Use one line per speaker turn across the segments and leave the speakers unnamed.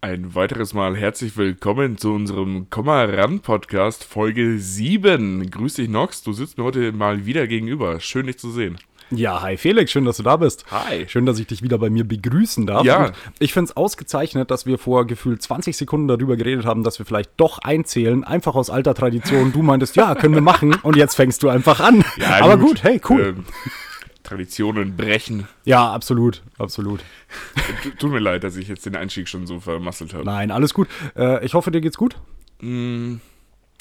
Ein weiteres Mal herzlich willkommen zu unserem Komma ran Podcast Folge 7. Grüß dich Nox, du sitzt mir heute mal wieder gegenüber. Schön dich zu sehen.
Ja, hi Felix, schön, dass du da bist.
Hi.
Schön, dass ich dich wieder bei mir begrüßen darf.
Ja.
Und ich finde es ausgezeichnet, dass wir vor gefühlt 20 Sekunden darüber geredet haben, dass wir vielleicht doch einzählen, einfach aus alter Tradition. Du meintest, ja, können wir machen und jetzt fängst du einfach an.
Ja,
Aber gut, Äh. hey, cool.
Ähm, Traditionen brechen.
Ja, absolut, absolut.
Tu- Tut mir leid, dass ich jetzt den Einstieg schon so vermasselt habe.
Nein, alles gut. Äh, ich hoffe, dir geht's gut.
Mm,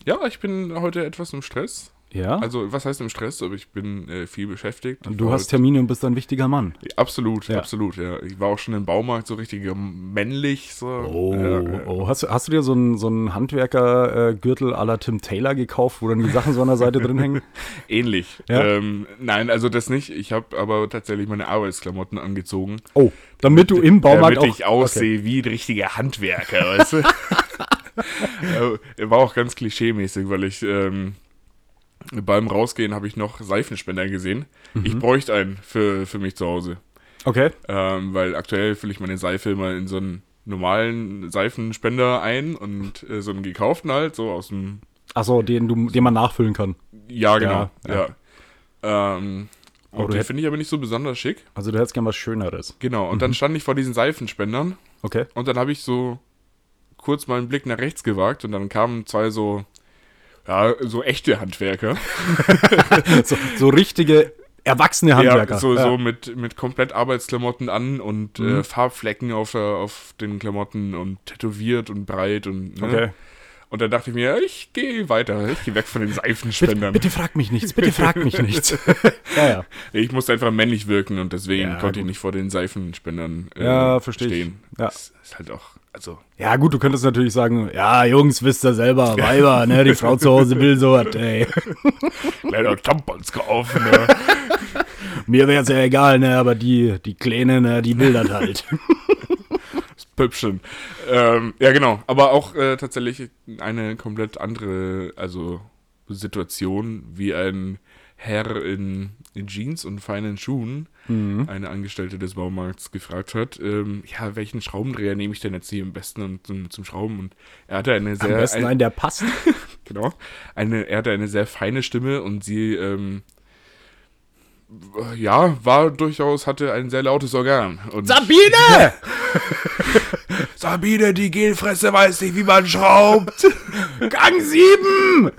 Ja, ich bin heute etwas im Stress.
Ja.
Also, was heißt im Stress? Aber ich bin äh, viel beschäftigt. Ich
du
war
hast Termine und bist ein wichtiger Mann.
heute- Absolut,
Ja.
absolut, ja. Ich war auch schon im Baumarkt so richtig männlich. So.
Oh,
Ja, ja.
oh. Hast, du- hast du dir so einen, so einen Handwerkergürtel à la Tim Taylor gekauft, wo dann die Sachen so an der Seite drin hängen?
Ähnlich.
Ja.
Ähm, nein, also das nicht. Ich habe aber tatsächlich meine Arbeitsklamotten angezogen,
Oh, damit du im Baumarkt
damit ich
auch,
aussehe wie ein richtiger Handwerker, weißt du? Äh, War auch ganz klischeemäßig, weil ich ähm, beim Rausgehen habe ich noch Seifenspender gesehen.
Mhm.
Ich bräuchte einen für, für mich zu Hause,
Okay. okay.
ähm, weil aktuell fülle ich meine Seife immer in so einen normalen Seifenspender ein und äh, so einen gekauften halt, so aus dem
Achso, den, du- den man nachfüllen kann.
Ja, genau.
Ja,
Ja. Ähm,
Aber
und
du
die
hätt-
finde ich aber nicht so besonders schick.
Also du hättest gern was Schöneres.
Genau. Und dann stand ich vor diesen Seifenspendern
Okay.
und dann habe ich so kurz meinen Blick nach rechts gewagt und dann kamen zwei so, ja, so echte Handwerker.
So, so richtige erwachsene Handwerker.
Ja, so,
Ja.
so mit, mit komplett Arbeitsklamotten an und äh, Farbflecken auf, der- auf den Klamotten und tätowiert und breit und. Ne?
Okay.
Und dann dachte ich mir, ich gehe weiter. Ich gehe weg von den
Bitte,
Seifenspendern.
Mhm. bitte frag mich nichts, bitte frag mich nichts. ja, ja.
Ich musste einfach männlich wirken und deswegen
Ja,
konnte ich
gut.
nicht vor den Seifenspendern äh,
Ja, versteh ich. Ja.
Das ist halt auch, also,
ja, gut, du könntest natürlich sagen, ja, Jungs, wisst ihr selber, Weiber, ne, die Frau zu Hause will sowas, ey.
leider Tampons kaufen. Ne?
Mir wär's ja egal, ne, aber die, die Kleine, ne, die will das halt.
Das Püppchen. Ähm, ja, genau. Aber auch äh, tatsächlich eine komplett andere, also, Situation wie ein Herr in, in Jeans und feinen Schuhen
Mhm.
eine Angestellte des Baumarkts gefragt hat, ähm, ja, welchen Schraubendreher nehme ich denn jetzt hier am besten und zum, zum Schrauben? Und er hatte eine
Am
sehr...
besten
ein-
ein, der passt.
Genau. Eine, er hatte eine sehr feine Stimme und sie, ähm, äh, ja, war durchaus, hatte ein sehr lautes Organ. Und
Sabine!
Sabine, die Gelfresse weiß nicht, wie man schraubt.
Gang 7!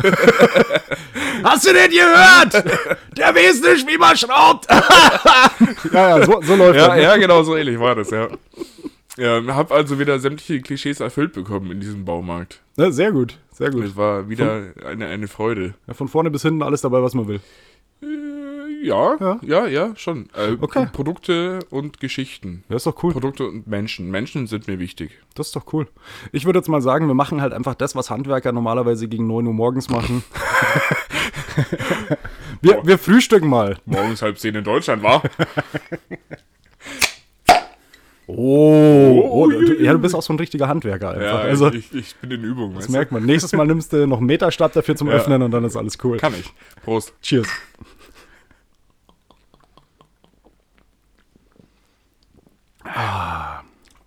Hast du den gehört? Der weiß nicht, wie man schraubt. ja, ja, so, so läuft
ja,
das. ne?
ja, genau so ähnlich war das, ja. Ähm, hab also wieder sämtliche Klischees erfüllt bekommen in diesem Baumarkt.
Ne, sehr gut, sehr gut.
Es war wieder eine, eine Freude.
Ja, von vorne bis hinten alles dabei, was man will.
Äh, ja, ja,
Ja.
ja, schon. Äh,
Okay.
Produkte und Geschichten.
Das ist doch cool.
Produkte und Menschen. Menschen sind mir wichtig.
Das ist doch cool. Ich würde jetzt mal sagen, wir machen halt einfach das, was Handwerker normalerweise gegen 9 Uhr morgens machen. wir, wir frühstücken mal.
Morgens halb zehn in Deutschland, war?
Oh, oh du, ja, du bist auch so ein richtiger Handwerker einfach.
Ja,
also,
ich, ich bin in Übung.
das
Weißt du?
merkt man. Nächstes Mal nimmst du noch einen Meterstab dafür zum Öffnen und dann ist alles cool.
Kann ich. Prost.
Cheers.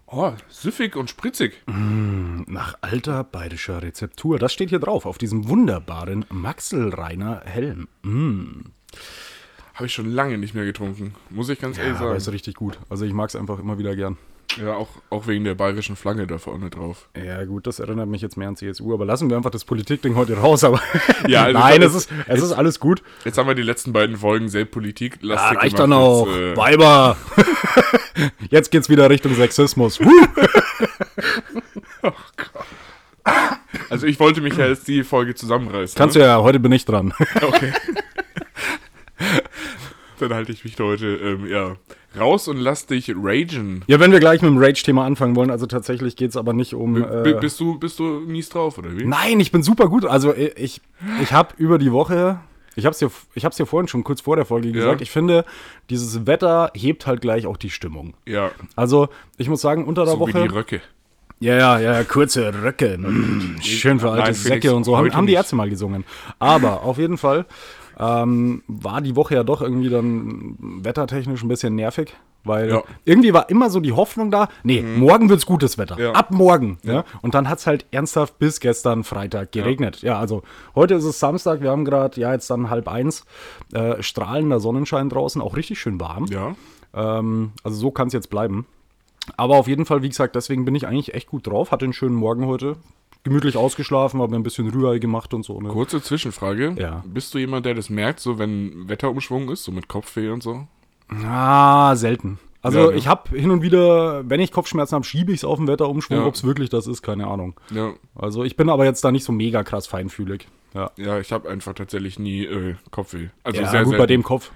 Oh, süffig und spritzig.
Nach alter bayerischer Rezeptur. Das steht hier drauf, auf diesem wunderbaren Maxelreiner Helm.
Habe ich schon lange nicht mehr getrunken. Muss ich ganz
Ja, aber
ehrlich
ist
sagen.
richtig gut. Also ich mag es einfach immer wieder gern.
Ja, auch, auch wegen der bayerischen Flagge da vorne drauf.
Ja, gut, das erinnert mich jetzt mehr an CSU, aber lassen wir einfach das Politikding heute raus. Aber
Ja, also
nein,
das-
es ist, es ist alles gut.
Jetzt haben wir die letzten beiden Folgen Selbstpolitik.
Ja,
Lastig
Ah, reicht dann
gemacht.
auch.
Jetzt, äh,
Weiber. jetzt geht's wieder Richtung Sexismus. Huh.
also ich wollte mich ja jetzt die Folge zusammenreißen. ne?
Kannst du ja, heute bin ich dran.
du? Okay. Dann halte ich mich heute, ähm, ja. Raus und lass dich ragen.
ja, wenn wir gleich mit dem Rage-Thema anfangen wollen, also tatsächlich geht's aber nicht um.
B
Äh,
bist, du, bist du mies drauf, oder wie?
nein, ich bin super gut. Also äh, ich, ich habe über die Woche. Ich hab's dir, ich hab's dir vorhin schon kurz vor der Folge gesagt. Ich finde, dieses Wetter hebt halt gleich auch die Stimmung.
Ja,
Also, ich muss sagen, unter der
so
Woche.
wie die Röcke.
Ja, ja, ja, kurze Röcke. Mm, schön für alte
Nein, Felix,
Säcke und so. Haben,
heute
haben die
nicht.
Ärzte mal gesungen. Aber auf jeden Fall ähm, war die Woche ja doch irgendwie dann wettertechnisch ein bisschen nervig. Weil
Ja.
irgendwie war immer so die Hoffnung da, nee, morgen wird's gutes Wetter.
Ja.
Ab morgen. Ja. Und dann hat's halt ernsthaft bis gestern Freitag geregnet. Ja, also heute ist es Samstag, wir haben gerade, ja, jetzt dann halb eins, äh, strahlender Sonnenschein draußen, auch richtig schön warm.
Ja.
Ähm, also so kann's jetzt bleiben. Aber auf jeden Fall, wie gesagt, deswegen bin ich eigentlich echt gut drauf, hatte einen schönen Morgen heute. Gemütlich ausgeschlafen, habe mir ein bisschen Rührei gemacht und so. Ne?
Kurze Zwischenfrage.
Ja.
Bist du jemand, der das merkt, so wenn Wetterumschwung ist, so mit Kopfweh und so?
Ah, selten. Also
Ja, ne?
ich habe hin und wieder, wenn ich Kopfschmerzen habe, schiebe ich es auf den Wetterumschwung.
Ja.
Ob es wirklich das ist, keine Ahnung.
Ja.
Also ich bin aber jetzt da nicht so mega krass feinfühlig. Ja,
Ja, ich habe einfach tatsächlich nie äh, Kopfweh. Also
ja
sehr,
gut
sehr,
bei dem Kopf.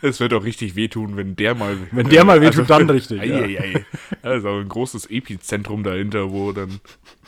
Es wird auch richtig wehtun, wenn der mal. Also,
Wenn der mal wehtut, dann richtig, ja.
Ei, ei, ei. Also ein großes Epizentrum dahinter, wo dann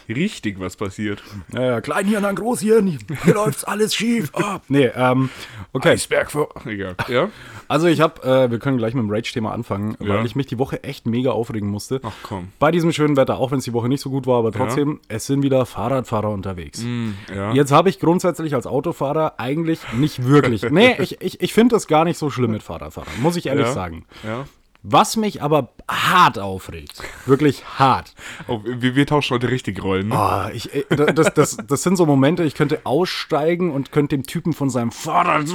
richtig was passiert.
Ja, ja, Kleinhirn an Großhirn, hier läuft's alles schief. Ah. Nee, ähm, okay.
Eisberg vor. Egal. Ja?
Also ich habe, äh, wir können gleich mit dem Rage-Thema anfangen,
Ja.
weil ich mich die Woche echt mega aufregen musste.
Ach komm.
Bei diesem schönen Wetter, auch wenn es die Woche nicht so gut war, aber trotzdem, es sind wieder Fahrradfahrer unterwegs.
Hm, ja.
Jetzt habe ich grundsätzlich als Autofahrer eigentlich nicht wirklich. Nee, ich, ich, ich finde das gar nicht so schlimm mit Fahrradfahrern, muss ich ehrlich
Ja.
sagen.
Ja.
Was mich aber hart aufregt, wirklich hart.
Oh, wir, wir tauschen heute richtig Rollen. Ne?
Oh, ich, äh, das, das, das sind so Momente, ich könnte aussteigen und könnte dem Typen von seinem Fahrrad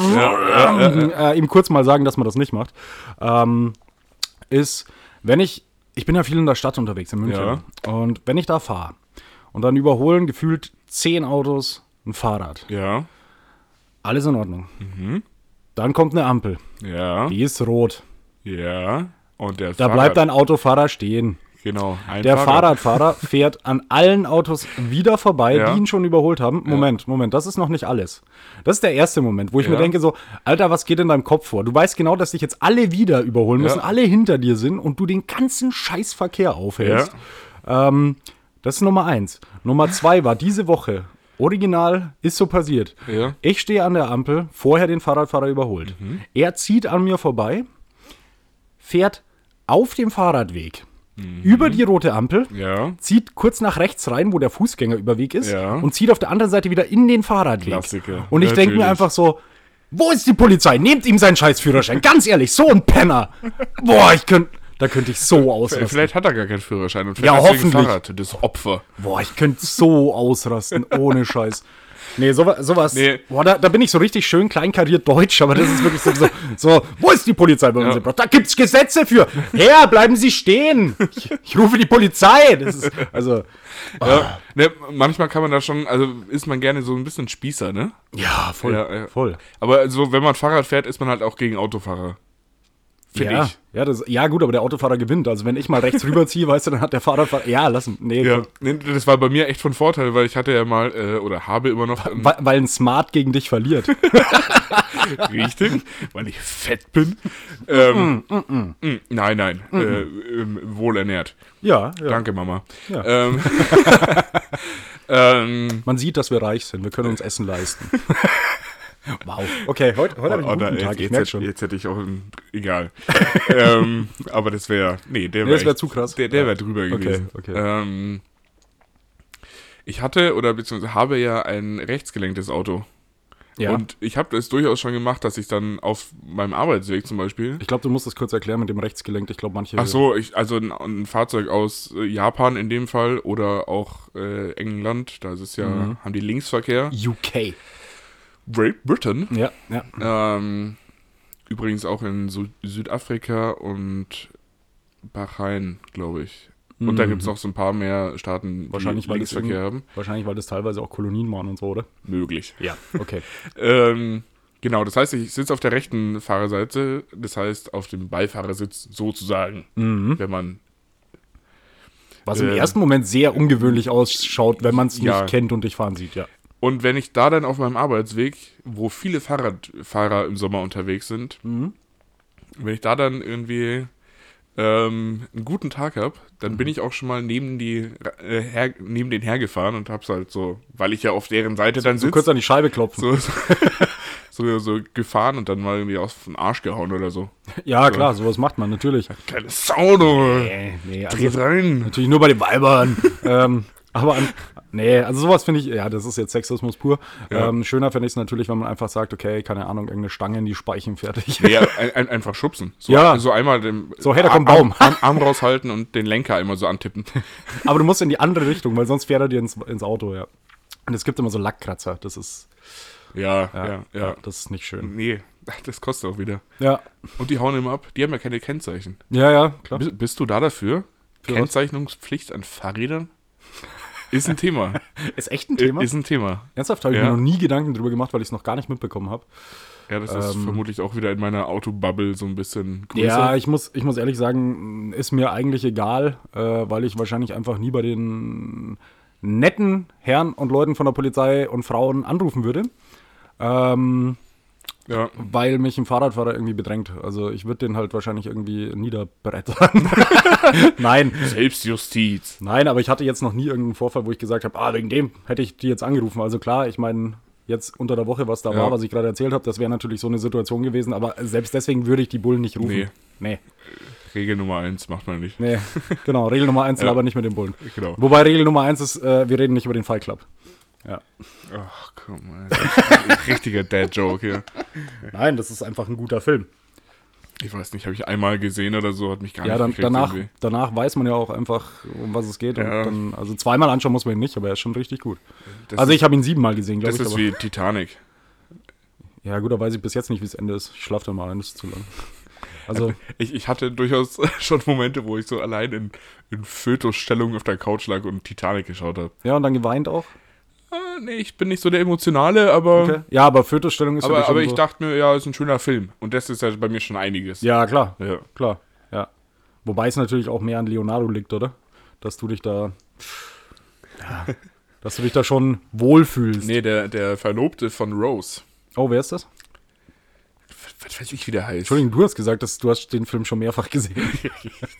äh, ihm kurz mal sagen, dass man das nicht macht. Ähm, ist, wenn ich, ich bin ja viel in der Stadt unterwegs, in München. Und wenn ich da fahre und dann überholen gefühlt zehn Autos ein Fahrrad.
Ja.
Alles in Ordnung. Dann kommt eine Ampel.
Ja.
Die ist rot.
Ja. Und der
Da bleibt ein Autofahrer stehen.
Genau. Ein
Der Fahrradfahrer fährt an allen Autos wieder vorbei,
Ja.
die ihn schon überholt haben. Moment, Moment, das ist noch nicht alles. Das ist der erste Moment, wo ich mir
Ja.
denke so, Alter, was geht in deinem Kopf vor? Du weißt genau, dass dich jetzt alle wieder überholen müssen, alle hinter dir sind und du den ganzen Scheißverkehr aufhältst. Ähm, das ist Nummer eins. Nummer zwei war diese Woche. Original ist so passiert.
Ja. Mhm.
Ich stehe an der Ampel, vorher den Fahrradfahrer überholt. Er zieht an mir vorbei, fährt auf dem Fahrradweg
Mhm.
über die rote Ampel,
Ja.
zieht kurz nach rechts rein, wo der Fußgängerüberweg ist,
Ja.
und zieht auf der anderen Seite wieder in den Fahrradweg.
Klassiker.
Und ich denke mir
Natürlich.
einfach so, wo ist die Polizei? Nehmt ihm seinen Scheißführerschein. Ganz ehrlich, so ein Penner. Boah, ich könnte, da könnte ich so
Äh,
ausrasten.
Vielleicht hat er gar keinen Führerschein und fährt
Ja,
deswegen
hoffentlich.
Fahrrad. Das Opfer.
Boah, ich könnte so ausrasten, ohne Scheiß. Nee, sowas, sowas
Nee.
Boah, da, da bin ich so richtig schön kleinkariert deutsch, aber das ist wirklich so, so, so wo ist die Polizei bei uns
Ja.
im Brot? Da gibt's Gesetze für. Herr, bleiben Sie stehen. Ich, ich rufe die Polizei. Das ist, also,
Ja. Ne, manchmal kann man da schon, also ist man gerne so ein bisschen Spießer, ne?
ja, voll,
Ja, ja.
voll.
Aber so, wenn man Fahrrad fährt, ist man halt auch gegen Autofahrer. Finde
ja,
ich.
ja, das, ja, gut, aber der Autofahrer gewinnt. Also, wenn ich mal rechts rüberziehe, weißt du, dann hat der Fahrradfahrer, ja, lassen. Nee,
Ja, nee, das war bei mir echt von Vorteil, weil ich hatte ja mal äh, oder habe immer noch ähm,
weil, weil ein Smart gegen dich verliert.
richtig, weil ich fett bin. Ähm, mm, Nein, nein, äh, ähm, wohlernährt.
ja, ja.
Danke, Mama.
Ja.
Ähm, ähm,
Man sieht, dass wir reich sind. Wir können uns Essen leisten. wow. Okay, heute, heute habe ich einen
oder,
guten
jetzt, oh, jetzt,
Tag. Ich
eh.
merke
hätte-
schon.
jetzt hätte ich auch ein, egal. ähm, aber das wäre, nee, der
Nee, das
wäre
wäre zu krass.
Der, der wäre drüber
Okay,
gewesen.
okay.
Ähm, ich hatte oder beziehungsweise habe ja ein rechtsgelenktes Auto.
ja.
Und ich habe das durchaus schon gemacht, dass ich dann auf meinem Arbeitsweg zum Beispiel.
ich glaube, du musst das kurz erklären mit dem Rechtsgelenk. Ich glaube, manche.
Ach so, ich, also ein, ein Fahrzeug aus äh, Japan in dem Fall oder auch äh, England, da ist es ja,
Mhm.
haben die Linksverkehr.
UK.
Great Britain.
Ja, ja.
Ähm, übrigens auch in Sü Südafrika und Bahrain, glaube ich. Und da gibt es noch so ein paar mehr Staaten, die
Mhm. Wahrscheinlich, weil das
Linksverkehr haben.
Wahrscheinlich, weil das teilweise auch Kolonien waren und so, oder?
Möglich.
Ja. Okay.
Ähm, genau, das heißt, ich sitze auf der rechten Fahrerseite, das heißt auf dem Beifahrersitz sozusagen,
Mhm.
wenn man
Was im
Äh,
ersten Moment sehr ungewöhnlich ausschaut, wenn man es
ja.
nicht kennt und dich fahren sieht, ja.
Und wenn ich da dann auf meinem Arbeitsweg, wo viele Fahrradfahrer im Sommer unterwegs sind,
Mhm.
wenn ich da dann irgendwie ähm, einen guten Tag habe, dann
Mhm.
bin ich auch schon mal neben, die, äh, her, neben den hergefahren und hab's halt so, weil ich ja auf deren Seite dann
So
sitze,
kurz an die Scheibe klopfen.
so, so, so, so gefahren und dann mal irgendwie auf den Arsch gehauen oder so.
Ja, klar, sowas macht man natürlich.
Keine Sau, du!
Nee, nee,
Dreh
also
rein!
natürlich nur bei den Weibern. ähm, aber an, Nee, also sowas finde ich, ja, das ist jetzt Sexismus pur.
Ja.
Ähm, schöner finde ich es natürlich, wenn man einfach sagt, okay, keine Ahnung, irgendeine Stange in die Speichen fertig.
Nee, ein, ein, einfach schubsen. So,
Ja.
so einmal den
So, hey, da kommt
Arm,
Baum.
Arm, Arm raushalten und den Lenker einmal so antippen.
Aber du musst in die andere Richtung, weil sonst fährt er dir ins, ins Auto, ja. Und es gibt immer so Lackkratzer, das ist,
Ja, ja,
ja,
ja.
das ist nicht schön.
Nee, das kostet auch wieder.
Ja,
Und die hauen immer ab. Die haben ja keine Kennzeichen.
ja, ja, klar.
Bist, bist du da dafür?
Für was?
Kennzeichnungspflicht an Fahrrädern? Ist ein Thema.
Äh, Ist echt ein
Ist ein Thema.
Ernsthaft habe ich
Ja.
mir noch nie Gedanken drüber gemacht, weil ich es noch gar nicht mitbekommen habe.
Ja, das ist
Ähm.
vermutlich auch wieder in meiner Autobubble so ein bisschen größer.
Ja, ich muss, ich muss ehrlich sagen, ist mir eigentlich egal, äh, weil ich wahrscheinlich einfach nie bei den netten Herren und Leuten von der Polizei und Frauen anrufen würde. Ähm,
ja.
weil mich ein Fahrradfahrer irgendwie bedrängt. Also ich würde den halt wahrscheinlich irgendwie niederbrettern. nein,
Selbstjustiz.
nein, aber ich hatte jetzt noch nie irgendeinen Vorfall, wo ich gesagt habe, ah, wegen dem hätte ich die jetzt angerufen. Also klar, ich meine, jetzt unter der Woche, was da
Ja.
war, was ich gerade erzählt habe, das wäre natürlich so eine Situation gewesen, aber selbst deswegen würde ich die Bullen nicht rufen.
Nee.
Nee,
Regel Nummer eins macht man nicht.
nee. genau, Regel Nummer eins,
Ja.
aber nicht mit den Bullen.
Genau.
Wobei Regel Nummer eins ist, äh, wir reden nicht über den Fight Club. Ja.
Ach, komm, Alter. Richtiger Dad-Joke hier.
Nein, das ist einfach ein guter Film.
Ich weiß nicht, habe ich einmal gesehen oder so, hat mich gar
Ja,
nicht
dann,
gekriegt
danach,
irgendwie.
danach weiß man ja auch einfach, um was es geht.
Ja.
Und dann, also zweimal anschauen muss man ihn nicht, aber er ist schon richtig gut.
Das
also
ist-
ich habe ihn siebenmal gesehen, glaube
Das
ich.
ist
Aber,
wie Titanic.
ja gut, da weiß ich bis jetzt nicht, wie das Ende ist. Ich schlafe dann mal ein, das ist zu lang. Also,
Ich, ich hatte durchaus schon Momente, wo ich so allein in, in Fötusstellung auf der Couch lag und Titanic geschaut habe.
ja, und dann geweint auch.
Ah, nee, ich bin nicht so der Emotionale, aber,
Okay. Ja, aber Fötusstellung ist
aber,
natürlich
aber
schon
ich
so-
dachte mir, ja, ist ein schöner Film. Und das ist ja bei mir schon einiges.
Ja, klar,
Ja.
klar, ja. Wobei es natürlich auch mehr an Leonardo liegt, oder? Dass du dich da, ja, dass du dich da schon wohlfühlst.
Nee, der, der Verlobte von Rose.
Oh, wer ist das?
Was weiß ich, wie der heißt.
Entschuldigung, du hast gesagt, dass du hast den Film schon mehrfach gesehen.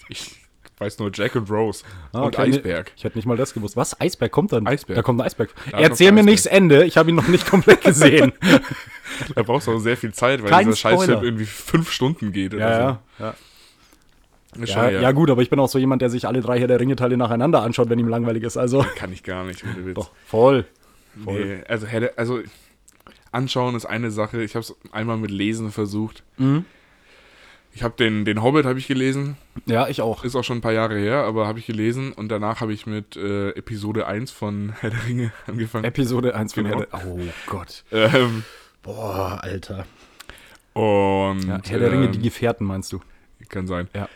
Ich weiß nur Jack und Rose.
Ah,
und
okay, nee.
Eisberg.
Ich hätte nicht mal das gewusst. Was? Eisberg kommt dann?
Eisberg.
Da kommt ein Eisberg.
kommt
Erzähl
ein
mir
Eisberg.
nichts Ende. Ich habe ihn noch nicht komplett gesehen.
Da brauchst du auch sehr viel Zeit, weil
Kein
dieser Scheißfilm
Spoiler.
irgendwie fünf Stunden geht. Oder
ja, ja,
so. Ist schon
ja,
her.
ja. Ja, gut, aber ich bin auch so jemand, der sich alle drei Herr der Ringe-Teile nacheinander anschaut, wenn ihm langweilig ist. Also,
Kann ich gar nicht, ohne Witz.
doch, voll. voll.
Nee, also, hätte, also anschauen ist eine Sache. Ich habe es einmal mit Lesen versucht.
Mhm.
Ich habe den, den Hobbit habe ich gelesen.
Ja, ich auch.
Ist auch schon ein paar Jahre her, aber habe ich gelesen. Und danach habe ich mit äh, Episode 1 von Herr der Ringe angefangen.
Episode 1 von
Genau.
Herr der Oh Gott.
Ähm,
Boah, Alter.
und
Ja, Herr der Ringe,
ähm,
die Gefährten, meinst du?
kann sein.
Ja.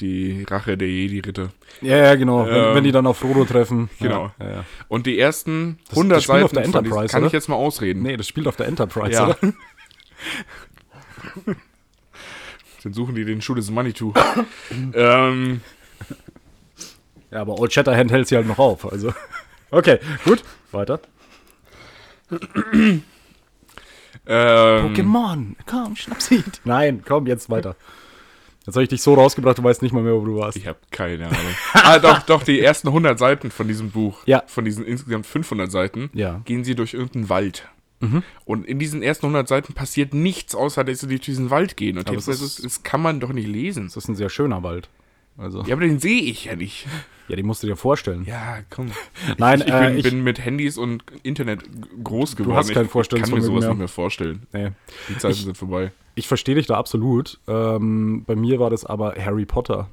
Die Rache der Jedi-Ritter.
Ja, ja, genau.
Ähm,
wenn, wenn die dann auf Frodo treffen.
genau.
Ja, ja, ja.
Und die ersten
das
100
spielt
Seiten
auf der
von diesen-
Enterprise,
kann ich
oder?
jetzt mal ausreden.
Nee, das spielt auf der Enterprise,
Ja.
oder?
Dann suchen die den Schuh des Manitou. ähm,
Ja, aber Old Shatterhand hält sie halt noch auf. Also. Okay, gut. Weiter.
ähm,
Pokémon, Hm. komm, schnapp sie. Nein, komm, jetzt weiter. Jetzt habe ich dich so rausgebracht, du weißt nicht mal mehr, wo du warst.
Ich habe keine Ahnung. ah, doch, doch, die ersten 100 Seiten von diesem Buch,
Ja.
von diesen insgesamt 500 Seiten,
Ja. Mhm.
gehen sie durch irgendeinen Wald. Und in diesen ersten 100 Seiten passiert nichts, außer dass sie durch diesen Wald gehen. Und
Aber
jetzt,
es
das,
ist-
ist, das kann man doch nicht lesen.
Das ist ein sehr schöner Wald. Also, ja,
Ja, aber den sehe ich ja nicht.
den musst du dir vorstellen.
Ja, komm.
Nein,
ich, ich,
äh,
bin,
ich-
bin mit Handys und Internet g- groß geworden.
hast
ich,
kein
ich kann mir
Vorstellungsvermögen
sowas
mehr.
nicht mehr vorstellen.
Nee.
Die Zeiten sind vorbei.
Ich verstehe dich da absolut. Ähm, bei mir war das aber Harry Potter.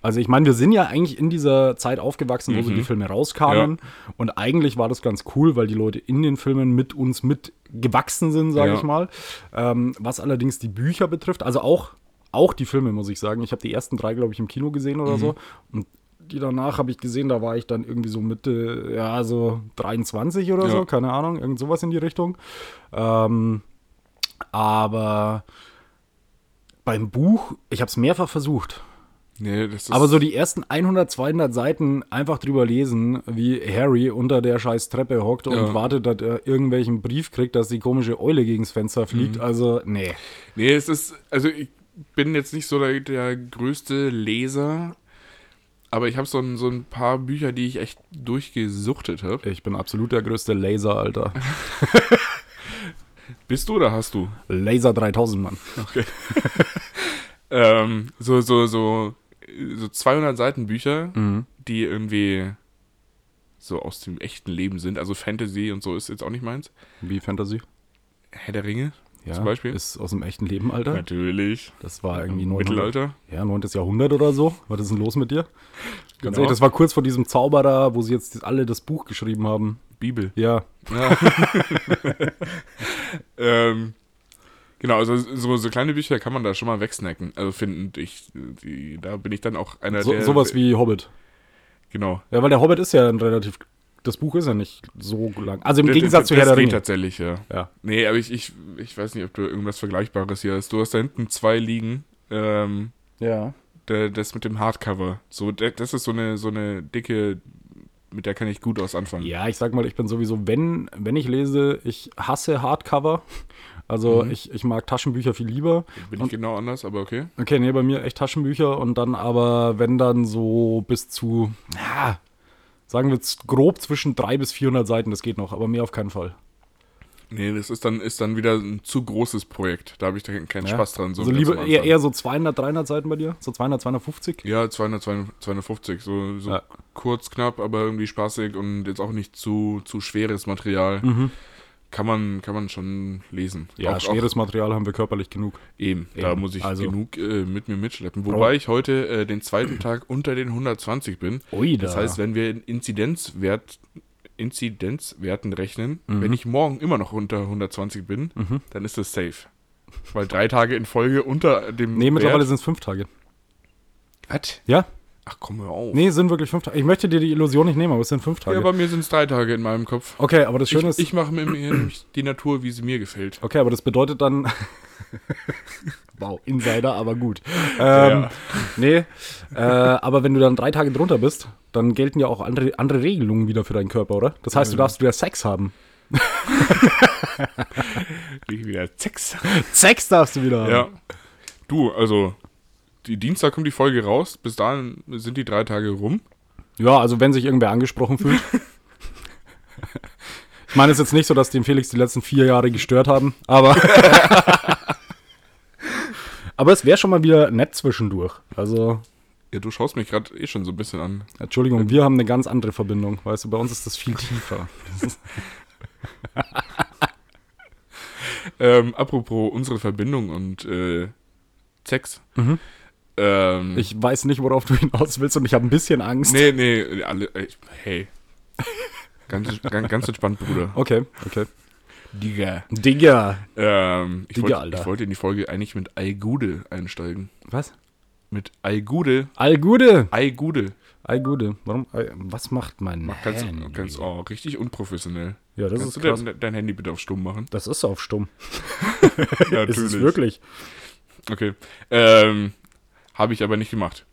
Also ich meine, wir sind ja eigentlich in dieser Zeit aufgewachsen, wo so die Filme rauskamen. Und eigentlich war das ganz cool, weil die Leute in den Filmen mit uns mitgewachsen sind, sage
Ja.
ich mal. Ähm, was allerdings die Bücher betrifft, also auch, auch die Filme, muss ich sagen. Ich habe die ersten drei, glaube ich, im Kino gesehen oder so. Und die danach habe ich gesehen, da war ich dann irgendwie so Mitte, ja, so 23 oder
Ja.
so, keine Ahnung, irgend sowas in die Richtung. Ähm, aber beim Buch, ich habe es mehrfach versucht.
Nee, das ist
Aber so die ersten 100, 200 Seiten einfach drüber lesen, wie Harry unter der scheiß Treppe hockt
Ja.
und wartet, dass er irgendwelchen Brief kriegt, dass die komische Eule gegens Fenster fliegt. Also, nee.
Nee, es ist, also ich bin jetzt nicht so der, der größte Leser, aber ich habe so ein, so ein paar Bücher, die ich echt durchgesuchtet habe.
Ich bin absolut der größte Laser, Alter.
Bist du oder hast du?
Laser 3000, Mann.
Ähm, so,
Mhm.
so, so, so 200 Seiten Bücher, die irgendwie so aus dem echten Leben sind. Also Fantasy und so ist jetzt auch nicht meins.
Wie Fantasy?
Herr der Ringe
Ja,
zum Beispiel.
Ist aus dem echten Leben, Alter.
Natürlich.
Das war irgendwie 900,
Mittelalter.
Ja, 9. Jahrhundert oder so. Was ist denn los mit dir?
Genau.
Ganz ehrlich, das war kurz vor diesem Zauberer, wo sie jetzt alle das Buch geschrieben haben.
Bibel.
Ja,
Ähm, genau, also so, so kleine Bücher kann man da schon mal wegsnacken. Also finde ich, die, da bin ich dann auch einer
so,
der.
sowas wie Hobbit.
Genau.
Ja, weil der Hobbit ist ja ein relativ. Das Buch ist ja nicht so lang. Also im
Das-
Gegensatz zu
das
Herr der
geht
Ringe.
tatsächlich, ja.
Ja.
Nee, aber ich, ich, ich weiß nicht, ob du irgendwas Vergleichbares hier hast. Du hast da hinten zwei liegen. Ähm,
ja.
da- das mit dem Hardcover. So, da- das ist so eine, so eine dicke, mit der kann ich gut aus anfangen.
Ja, ich sag mal, ich bin sowieso, wenn, wenn ich lese, ich hasse Hardcover. Also ich, ich mag Taschenbücher viel lieber.
Bin ich genau anders, aber okay.
Okay, nee, bei mir echt Taschenbücher und dann aber, wenn dann so bis zu, ja, sagen wir z- grob zwischen 300 bis 400 Seiten, das geht noch, aber mehr auf keinen Fall.
Nee, das ist dann, ist dann wieder ein zu großes Projekt. Da habe ich da keinen
Ja?
Spaß dran. So
also
ganz
lieber,
am
eher,
Anfang.
eher so 200, 300 Seiten bei dir? So 200, 250?
Ja, 200, 250, so, so
Ja.
kurz, knapp, aber irgendwie spaßig und jetzt auch nicht zu, zu schweres Material. Kann, man, kann man schon lesen.
Mhm. Ja,
auch,
schweres Material haben wir körperlich genug.
Auch, eben, da
Eben,
muss ich
also-
genug äh, mit mir mitschleppen.
Brauch-
Wobei ich heute äh, den zweiten Tag unter den 120 bin.
Ui,
Das heißt, wenn wir in Inzidenzwert, Inzidenzwerten rechnen,
Mhm.
wenn ich morgen immer noch unter 120 bin, dann ist das safe. Weil drei Tage in Folge unter dem.
nee, mittlerweile
Wert-
sind es fünf Tage.
Was?
Ja?
Ach komm, hör auf.
Nee, sind wirklich fünf Tage. Ich möchte dir die Illusion nicht nehmen, aber es sind fünf Tage.
Ja, bei mir sind es drei Tage in meinem Kopf.
okay, aber das Schöne
ich
ist,
ich mache mir nämlich die Natur, wie sie mir gefällt.
okay, aber das bedeutet dann, wow, Insider, aber gut. Ähm,
Ja.
Nee, äh, aber wenn du dann drei Tage drunter bist, dann gelten ja auch andere, andere Regelungen wieder für deinen Körper, oder? Das heißt, du darfst wieder Sex haben.
Ich wieder Sex.
Sex darfst du wieder haben.
Ja. Du, also, die Dienstag kommt die Folge raus. Bis dahin sind die drei Tage rum.
ja, also wenn sich irgendwer angesprochen fühlt. ich meine, es ist jetzt nicht so, dass den Felix die letzten vier Jahre gestört haben, aber. aber es wäre schon mal wieder nett zwischendurch. Also,
Ja, du schaust mich gerade eh schon so ein bisschen an.
Entschuldigung, wir haben eine ganz andere Verbindung. Weißt du, bei uns ist das viel tiefer.
Ähm, apropos unsere Verbindung und äh, Sex. Ähm,
Mhm. Ich weiß nicht, worauf du hinaus willst und ich habe ein bisschen Angst.
nee, nee, alle, äh, ich- hey. Ganz, ganz, ganz entspannt, Bruder.
Okay, okay.
Digga.
Digga.
Ähm, ich
Digga,
wollte
Alter.
ich wollte in die Folge eigentlich mit Algude einsteigen.
Was?
Mit Algude.
All Gute.
Algude.
Ei, Gude, warum? Ei, was macht mein
Ganz,
Handy?
ganz oh, richtig unprofessionell.
Ja, das
Kannst
ist
du
krass.
dein, dein Handy bitte auf stumm machen?
Das ist auf stumm.
Natürlich.
Ist es wirklich?
Okay. Ähm, Habe ich aber nicht gemacht,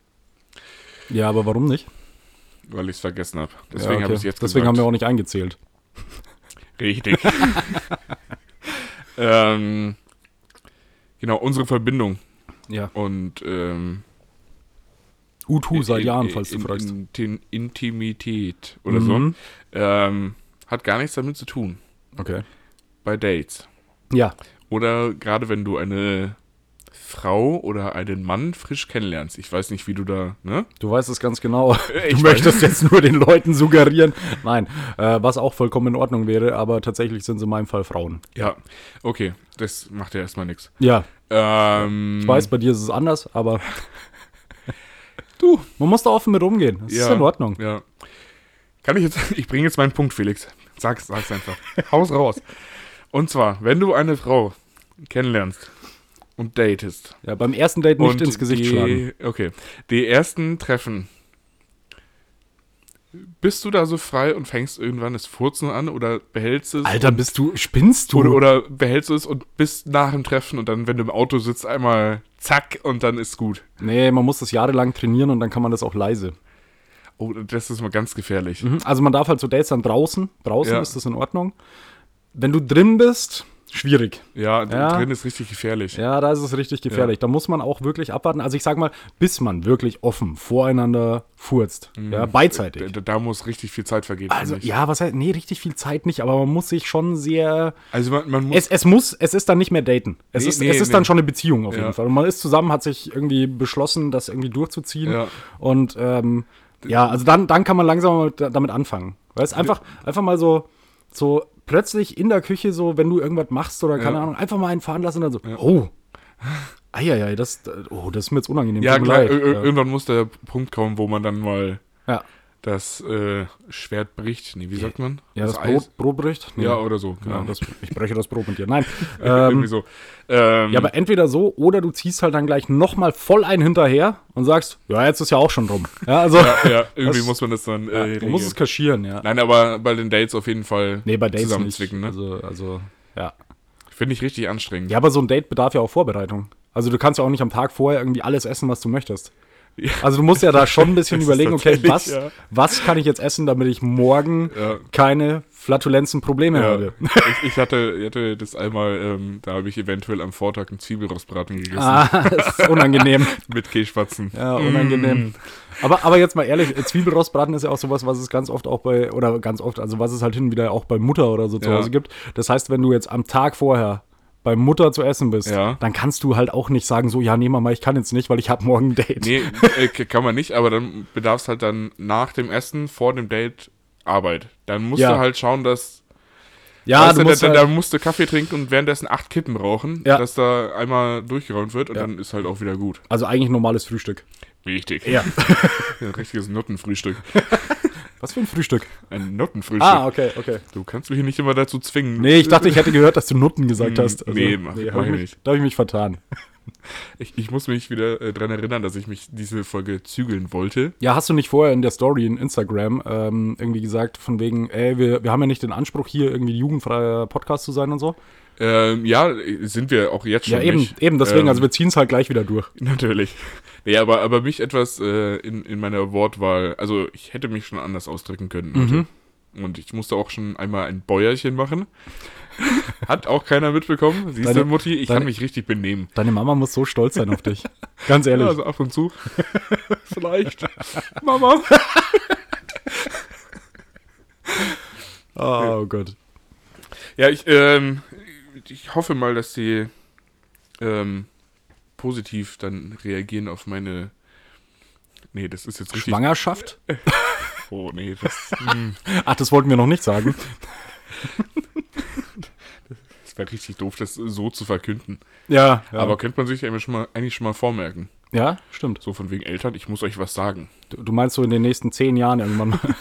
Ja, aber warum nicht?
weil ich es vergessen habe.
Ja,
Deswegen habe ich es
okay.
jetzt
Deswegen haben wir
gesagt.
auch nicht eingezählt.
Richtig. ähm, genau, unsere Verbindung.
Ja.
Und ähm,
U2 Oh, seit
in-
Jahren,
in-
falls du
in-
fragst.
in- in- Intimität oder
Mhm.
so. Ähm, hat gar nichts damit zu tun.
Okay.
Bei Dates.
Ja.
Oder gerade wenn du eine Frau oder einen Mann frisch kennenlernst. Ich weiß nicht, wie du da, ne?
Du weißt es ganz genau.
Äh,
du
ich
möchtest jetzt nur den Leuten suggerieren. Nein, äh, was auch vollkommen in Ordnung wäre, aber tatsächlich sind es in meinem Fall Frauen.
Ja. Okay, das macht ja erstmal nichts.
Ja,
Ähm,
ich weiß, bei dir ist es anders, aber
du.
man muss da offen mit umgehen. Das
Ja,
ist in Ordnung.
Ja. Kann ich jetzt, ich bringe jetzt meinen Punkt, Felix. Sag's, sag's einfach. Haus raus. Und zwar, wenn du eine Frau kennenlernst und datest.
Ja, beim ersten Date nicht
und
ins Gesicht
die,
schlagen.
Okay. Die ersten Treffen. Bist du da so frei und fängst irgendwann das Furzen an oder behältst es?
Alter, bist du, spinnst du?
Oder, oder behältst du es und bist nach dem Treffen und dann, wenn du im Auto sitzt, einmal zack und dann ist gut.
Nee, man muss das jahrelang trainieren und dann kann man das auch leise.
Oh, das ist mal ganz gefährlich.
Mhm. Also man darf halt so Dates dann draußen. Draußen
Ja.
ist das in Ordnung. Wenn du drin bist, schwierig.
Ja,
Ja.
drin ist richtig gefährlich.
Ja, da ist es richtig gefährlich. Da muss man auch wirklich abwarten. Also ich sag mal, bis man wirklich offen voreinander furzt. Ja,
Da,
beidseitig.
da- da muss richtig viel Zeit vergehen.
Also
finde ich.
ja, was heißt, nee, richtig viel Zeit nicht, aber man muss sich schon sehr,
also man, man muss.
es, es muss, es ist dann nicht mehr daten. Es
Nee,
ist,
nee,
es ist
nee.
dann schon eine Beziehung auf jeden
Ja.
Fall. Und man ist zusammen, hat sich irgendwie beschlossen, das irgendwie durchzuziehen.
Ja.
Und ähm, ja, also dann, dann kann man langsam damit anfangen. Weißt einfach, einfach mal so, so plötzlich in der Küche, so, wenn du irgendwas machst oder keine
Ja.
Ahnung, einfach mal einen fahren lassen und dann so, oh. Eieiei, das, oh, das ist mir jetzt unangenehm.
Ja,
tut mir
klar, äh,
leid.
ir- ir-
Ja.
irgendwann muss der Punkt kommen, wo man dann mal
ja.
das äh, Schwert bricht. Nee, wie sagt man?
Ja, das,
Eis?
Brot, Brot bricht? Nee.
Ja, oder so. Genau.
Ja, das, ich breche das Brot mit dir. Nein.
Irgendwie
ähm,
so. Ähm,
ja, aber entweder so oder du ziehst halt dann gleich nochmal voll einen hinterher und sagst, ja, jetzt ist ja auch schon rum. Ja, also
ja, ja, irgendwie
das-
muss man das dann äh,
du
regeln.
musst es kaschieren, ja.
Nein, aber bei den Dates auf jeden Fall
Nee, bei Dates nicht.
zusammenzwicken. Ne?
Also, also, ja.
Finde ich richtig anstrengend.
Ja, aber so ein Date bedarf ja auch Vorbereitung. Also du kannst ja auch nicht am Tag vorher irgendwie alles essen, was du möchtest.
Ja.
Also du musst ja da schon ein bisschen
Das ist
überlegen, okay,
tatsächlich,
was,
ja.
was kann ich jetzt essen, damit ich morgen
Ja.
keine flatulenzen Probleme
Ja,
habe.
ich, ich hatte, ich hatte das einmal, ähm, da habe ich eventuell am Vortag einen Zwiebelrostbraten gegessen
Ah, das ist unangenehm.
mit Kehlspatzen.
Ja,
Mm.
unangenehm. Aber, aber jetzt mal ehrlich, Zwiebelrostbraten ist ja auch sowas, was es ganz oft auch bei, oder ganz oft, also was es halt hin und wieder auch bei Mutter oder so zu
Ja.
Hause gibt. Das heißt, wenn du jetzt am Tag vorher bei Mutter zu essen bist,
Ja.
dann kannst du halt auch nicht sagen, so, ja, nee, Mama, ich kann jetzt nicht, weil ich habe morgen ein Date.
Nee, äh, k- kann man nicht, aber dann bedarf es halt dann nach dem Essen, vor dem Date Arbeit. Dann musst
Ja.
du halt schauen, dass
ja,
weißt
du musst
dann,
halt,
dann musst du Kaffee trinken und währenddessen acht Kippen rauchen,
Ja.
dass da einmal durchgeräumt wird und
Ja.
dann ist halt auch wieder gut.
also eigentlich normales Frühstück.
Wichtig.
Ja.
Ein richtiges Nuttenfrühstück.
Was für ein Frühstück?
Ein Nuttenfrühstück.
Ah, okay, okay.
Du kannst mich hier nicht immer dazu zwingen.
Nee, ich dachte, ich hätte gehört, dass du Nutten gesagt
Hm,
hast. Also,
nee, mach-
hab
mach
ich
ich
mich,
nicht.
Da habe ich mich vertan.
Ich, ich muss mich wieder äh, dran erinnern, dass ich mich diese Folge zügeln wollte.
Ja, hast du nicht vorher in der Story in Instagram ähm, irgendwie gesagt, von wegen, ey, wir, wir haben ja nicht den Anspruch, hier irgendwie jugendfreier Podcast zu sein und so?
Ähm, ja, sind wir auch jetzt schon.
ja, eben,
nicht.
eben, deswegen,
Ähm,
also wir ziehen es halt gleich wieder durch.
Natürlich. Nee, aber, aber mich etwas äh, in, in meiner Wortwahl, also ich hätte mich schon anders ausdrücken können.
Mhm.
Leute. Und ich musste auch schon einmal ein Bäuerchen machen. Hat auch keiner mitbekommen. Siehst
Deine-
du, Mutti, ich
deine-
kann mich richtig benehmen.
Deine Mama muss so stolz sein auf dich. Ganz ehrlich.
Ja, also ab und zu. Vielleicht. Mama.
oh Gott.
Ja, ich, ähm, ich hoffe mal, dass sie ähm, positiv dann reagieren auf meine. Nee, das ist jetzt richtig.
Schwangerschaft?
Oh, nee, das,
Ach, das wollten wir noch nicht sagen.
das wäre richtig doof, das so zu verkünden.
Ja, ja.
Aber könnte man sich ja immer schon mal, eigentlich schon mal vormerken.
ja, stimmt.
So von wegen Eltern, ich muss euch was sagen.
Du, du meinst so in den nächsten zehn Jahren irgendwann mal.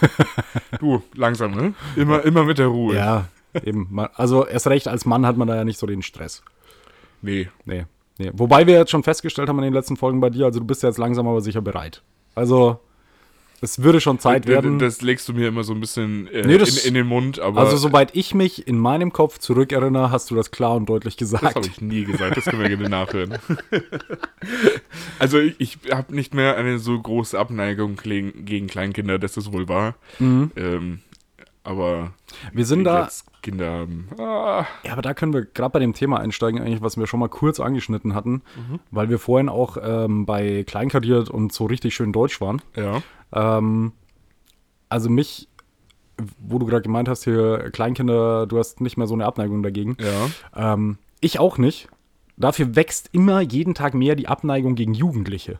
Du, langsam, ne? Immer, immer mit der Ruhe.
ja, eben. Man- Also erst recht, als Mann hat man da ja nicht so den Stress.
Nee.
Nee, nee. Wobei wir jetzt schon festgestellt haben in den letzten Folgen bei dir, also du bist ja jetzt langsam aber sicher bereit. Also, es würde schon Zeit werden.
Das legst du mir immer so ein bisschen äh,
Nee, das-
in, in den Mund, aber
also, soweit ich mich in meinem Kopf zurückerinnere, hast du das klar und deutlich
das habe
gesagt.
ich nie gesagt. Das können wir gerne nachhören. also ich, ich habe nicht mehr eine so große Abneigung kling- gegen Kleinkinder, das ist wohl wahr.
Mhm.
Ähm, aber
Wir sind da,
jetzt Kinder haben. Ah,
ja, aber da können wir gerade bei dem Thema einsteigen, eigentlich, was wir schon mal kurz angeschnitten hatten,
Mhm.
weil wir vorhin auch ähm, bei Kleinkariert und so richtig schön deutsch waren.
ja.
Ähm, also mich, wo du gerade gemeint hast, hier Kleinkinder, du hast nicht mehr so eine Abneigung dagegen.
Ja.
Ähm, ich auch nicht. Dafür wächst immer jeden Tag mehr die Abneigung gegen Jugendliche.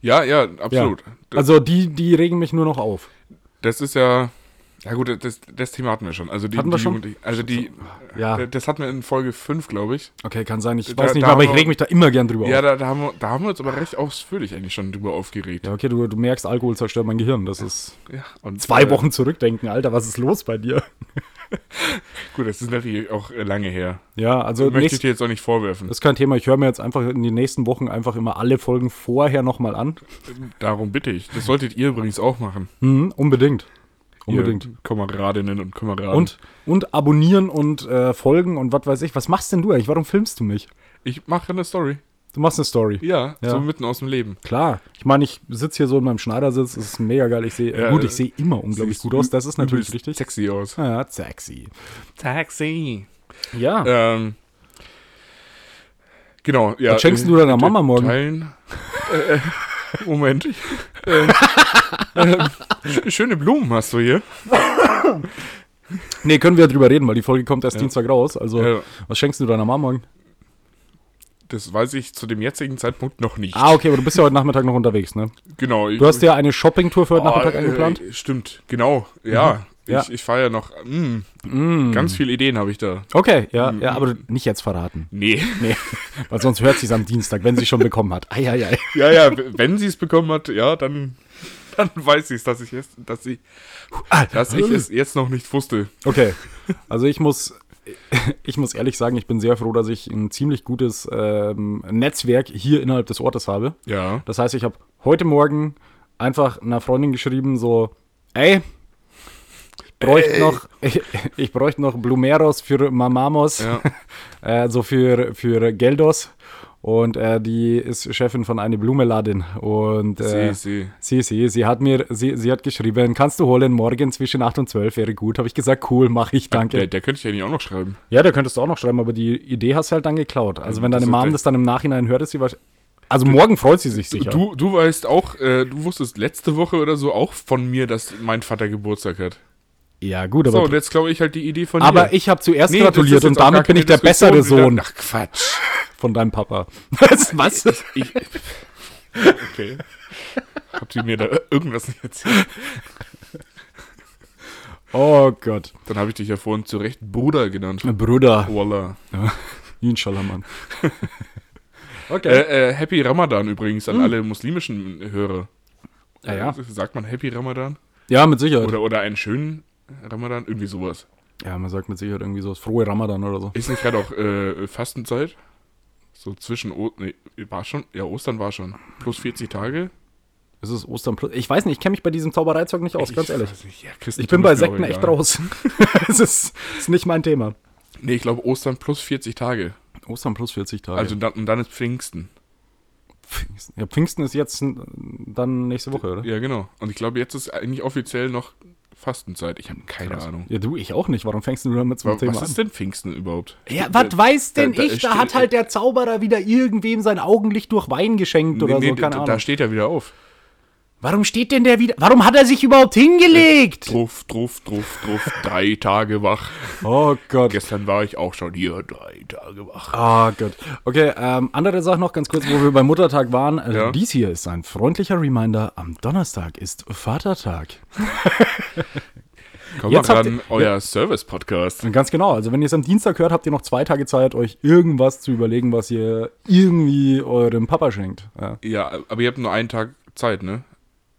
Ja, ja, absolut. Das-
Also die, die regen mich nur noch auf.
Das ist ja. Ja gut, das, das Thema hatten wir schon. Also die,
Hatten wir
die
schon? Ah.
Jugend- also die
Ja,
das hatten wir in Folge 5, glaube ich.
okay, kann sein. Ich
Da-
weiß nicht,
da
mehr, aber ich
haben wir-
reg mich da immer gern drüber
Ja,
auf.
da, da, haben wir, da haben wir uns aber recht ausführlich eigentlich schon drüber aufgeregt.
Ja, okay, du, du merkst, Alkohol zerstört mein Gehirn. Das ist
Ja, und,
zwei
äh,
Wochen zurückdenken, Alter, was ist los bei dir?
Gut, das ist natürlich auch äh, lange her.
Ja, also
Möchte
nächst,
ich dir jetzt auch nicht vorwerfen.
das ist kein Thema. Ich höre mir jetzt einfach in den nächsten Wochen einfach immer alle Folgen vorher nochmal an.
Darum bitte ich. Das solltet ihr übrigens auch machen.
Mhm, unbedingt. Unbedingt.
Ihr Kameradinnen und Kameraden.
Und, und abonnieren und äh, folgen und was weiß ich. Was machst denn du eigentlich? Warum filmst du mich?
Ich mache eine Story.
Du machst eine Story.
Ja,
Ja.
so mitten aus dem Leben.
Klar. Ich meine, ich sitze hier so in meinem Schneidersitz, es ist mega geil. Ich sehe,
Ja,
gut,
äh,
ich sehe immer unglaublich
Siehst
gut
du
aus, das ist natürlich
übelst
richtig.
Sexy aus.
Ja, sexy. Äh,
Taxi.
Ja.
Ähm, genau, ja.
Was schenkst du deiner Mama morgen?
Teilen. Äh, äh, Moment. Ich, ähm, ähm, sch- schöne Blumen hast du hier.
Nee, können wir drüber reden, weil die Folge kommt erst Dienstag raus. Also,
Ja.
was schenkst du deiner Mama morgen?
Das weiß ich zu dem jetzigen Zeitpunkt noch nicht.
Ah, okay, aber du bist ja heute Nachmittag noch unterwegs, ne?
Genau. Ah,
Du hast ja eine Shoppingtour für heute
Oh, äh,
Nachmittag eingeplant. Mhm.
Stimmt, genau. Ja,
Ja.
ich, ich fahre ja noch. mm, Ganz viele Ideen habe ich da.
Okay, ja,
mm,
ja, aber nicht jetzt verraten.
Nee.
Nee, weil sonst hört sie es am Dienstag, wenn sie schon bekommen hat. Eieiei.
Ja, ja, w- wenn sie es bekommen hat, ja, dann, dann weiß ich es, dass ich es, dass sie, dass ich es jetzt noch nicht wusste.
Okay, also ich muss, ich muss ehrlich sagen, ich bin sehr froh, dass ich ein ziemlich gutes ähm, Netzwerk hier innerhalb des Ortes habe.
Ja.
Das heißt, ich habe heute Morgen einfach einer Freundin geschrieben, so, ey, ich bräuchte noch, ich, ich bräuchte noch Blumeros für Mamamos,
Ja.
äh, so für, für Geldos. Und äh, die ist Chefin von einer Blumeladin. Und äh,
Sie, sie.
Sie, sie, sie hat mir, sie, sie hat geschrieben, kannst du holen, morgen zwischen 8 und 12 wäre gut. Habe ich gesagt, cool, mache ich,
Der,
danke.
der könnte ich ja nicht auch noch schreiben.
Ja, da könntest du auch noch schreiben, aber die Idee hast du halt dann geklaut. Also wenn
Das
deine
ist
Mom
okay.
das dann im Nachhinein hört, ist sie wahrscheinlich... Also morgen freut sie sich sicher.
Du, du weißt auch, äh, du wusstest letzte Woche oder so auch von mir, dass mein Vater Geburtstag hat.
ja, gut,
So,
aber...
und jetzt glaube ich halt die Idee von
aber
dir.
ich habe zuerst
Nee, das ist
gratuliert
jetzt
und
auch gar
damit bin
keine
ich der
Diskussion
bessere Sohn
wieder. Ach Quatsch.
von deinem Papa. Was? Was?
Ich, okay. Habt ihr mir da irgendwas nicht erzählt?
Oh Gott.
Dann habe ich dich ja vorhin zu Recht Bruder genannt.
Bruder.
Voila.
Inshallah, Mann. Okay.
Äh, äh, Happy Ramadan übrigens an alle muslimischen Hörer.
Hm.
Äh,
Ja, ja.
Sagt man Happy Ramadan?
ja, mit Sicherheit.
Oder, oder einen schönen Ramadan? Irgendwie sowas.
Ja, man sagt mit Sicherheit irgendwie so, frohe Ramadan oder so.
Ist nicht gerade auch äh, Fastenzeit? So zwischen o nee, war schon, ja, Ostern war schon. Plus 40 Tage.
Es ist Ostern plus. Ich weiß nicht, ich kenne mich bei diesem Zaubereizeug nicht aus, ganz
Ich
ehrlich.
weiß nicht, ja,
Ich
Christentum
bin bei
ist mir auch
Sekten echt
egal.
raus. Es ist, ist nicht mein Thema.
Nee, ich glaube Ostern plus 40 Tage.
Ostern plus 40 Tage.
Also dann, und dann ist Pfingsten.
Pfingsten. Ja, Pfingsten ist jetzt n- dann nächste Woche, oder?
Ja, genau. Und ich glaube, jetzt ist eigentlich offiziell noch Fastenzeit. Ich habe keine Ahnung.
Ja, du, ich auch nicht. Warum fängst du damit zum
Wa-
Thema
Was ist
an?
denn Pfingsten überhaupt?
Ja, was weiß
Da-
denn
da
ich? Da
steht-
hat halt der Zauberer wieder irgendwem sein Augenlicht durch Wein geschenkt oder so,
da-
keine
da
Ahnung.
steht er wieder auf.
Warum steht denn der wieder? Warum hat er sich überhaupt hingelegt?
Druff, druff, druff, druff, drei Tage wach.
Oh Gott.
Gestern war ich auch schon hier, drei Tage wach.
Ah, gut. Okay, ähm, andere Sache noch ganz kurz, wo wir beim Muttertag waren. Äh,
Ja.
Dies hier ist ein freundlicher Reminder. Am Donnerstag ist Vatertag.
Komm
Jetzt
mal
habt
ran,
ihr-
euer Service-Podcast.
Und ganz genau. Also, wenn ihr es am Dienstag hört, habt ihr noch zwei Tage Zeit, euch irgendwas zu überlegen, was ihr irgendwie eurem Papa schenkt. Ja. also
Ja, aber ihr habt nur einen Tag Zeit, ne?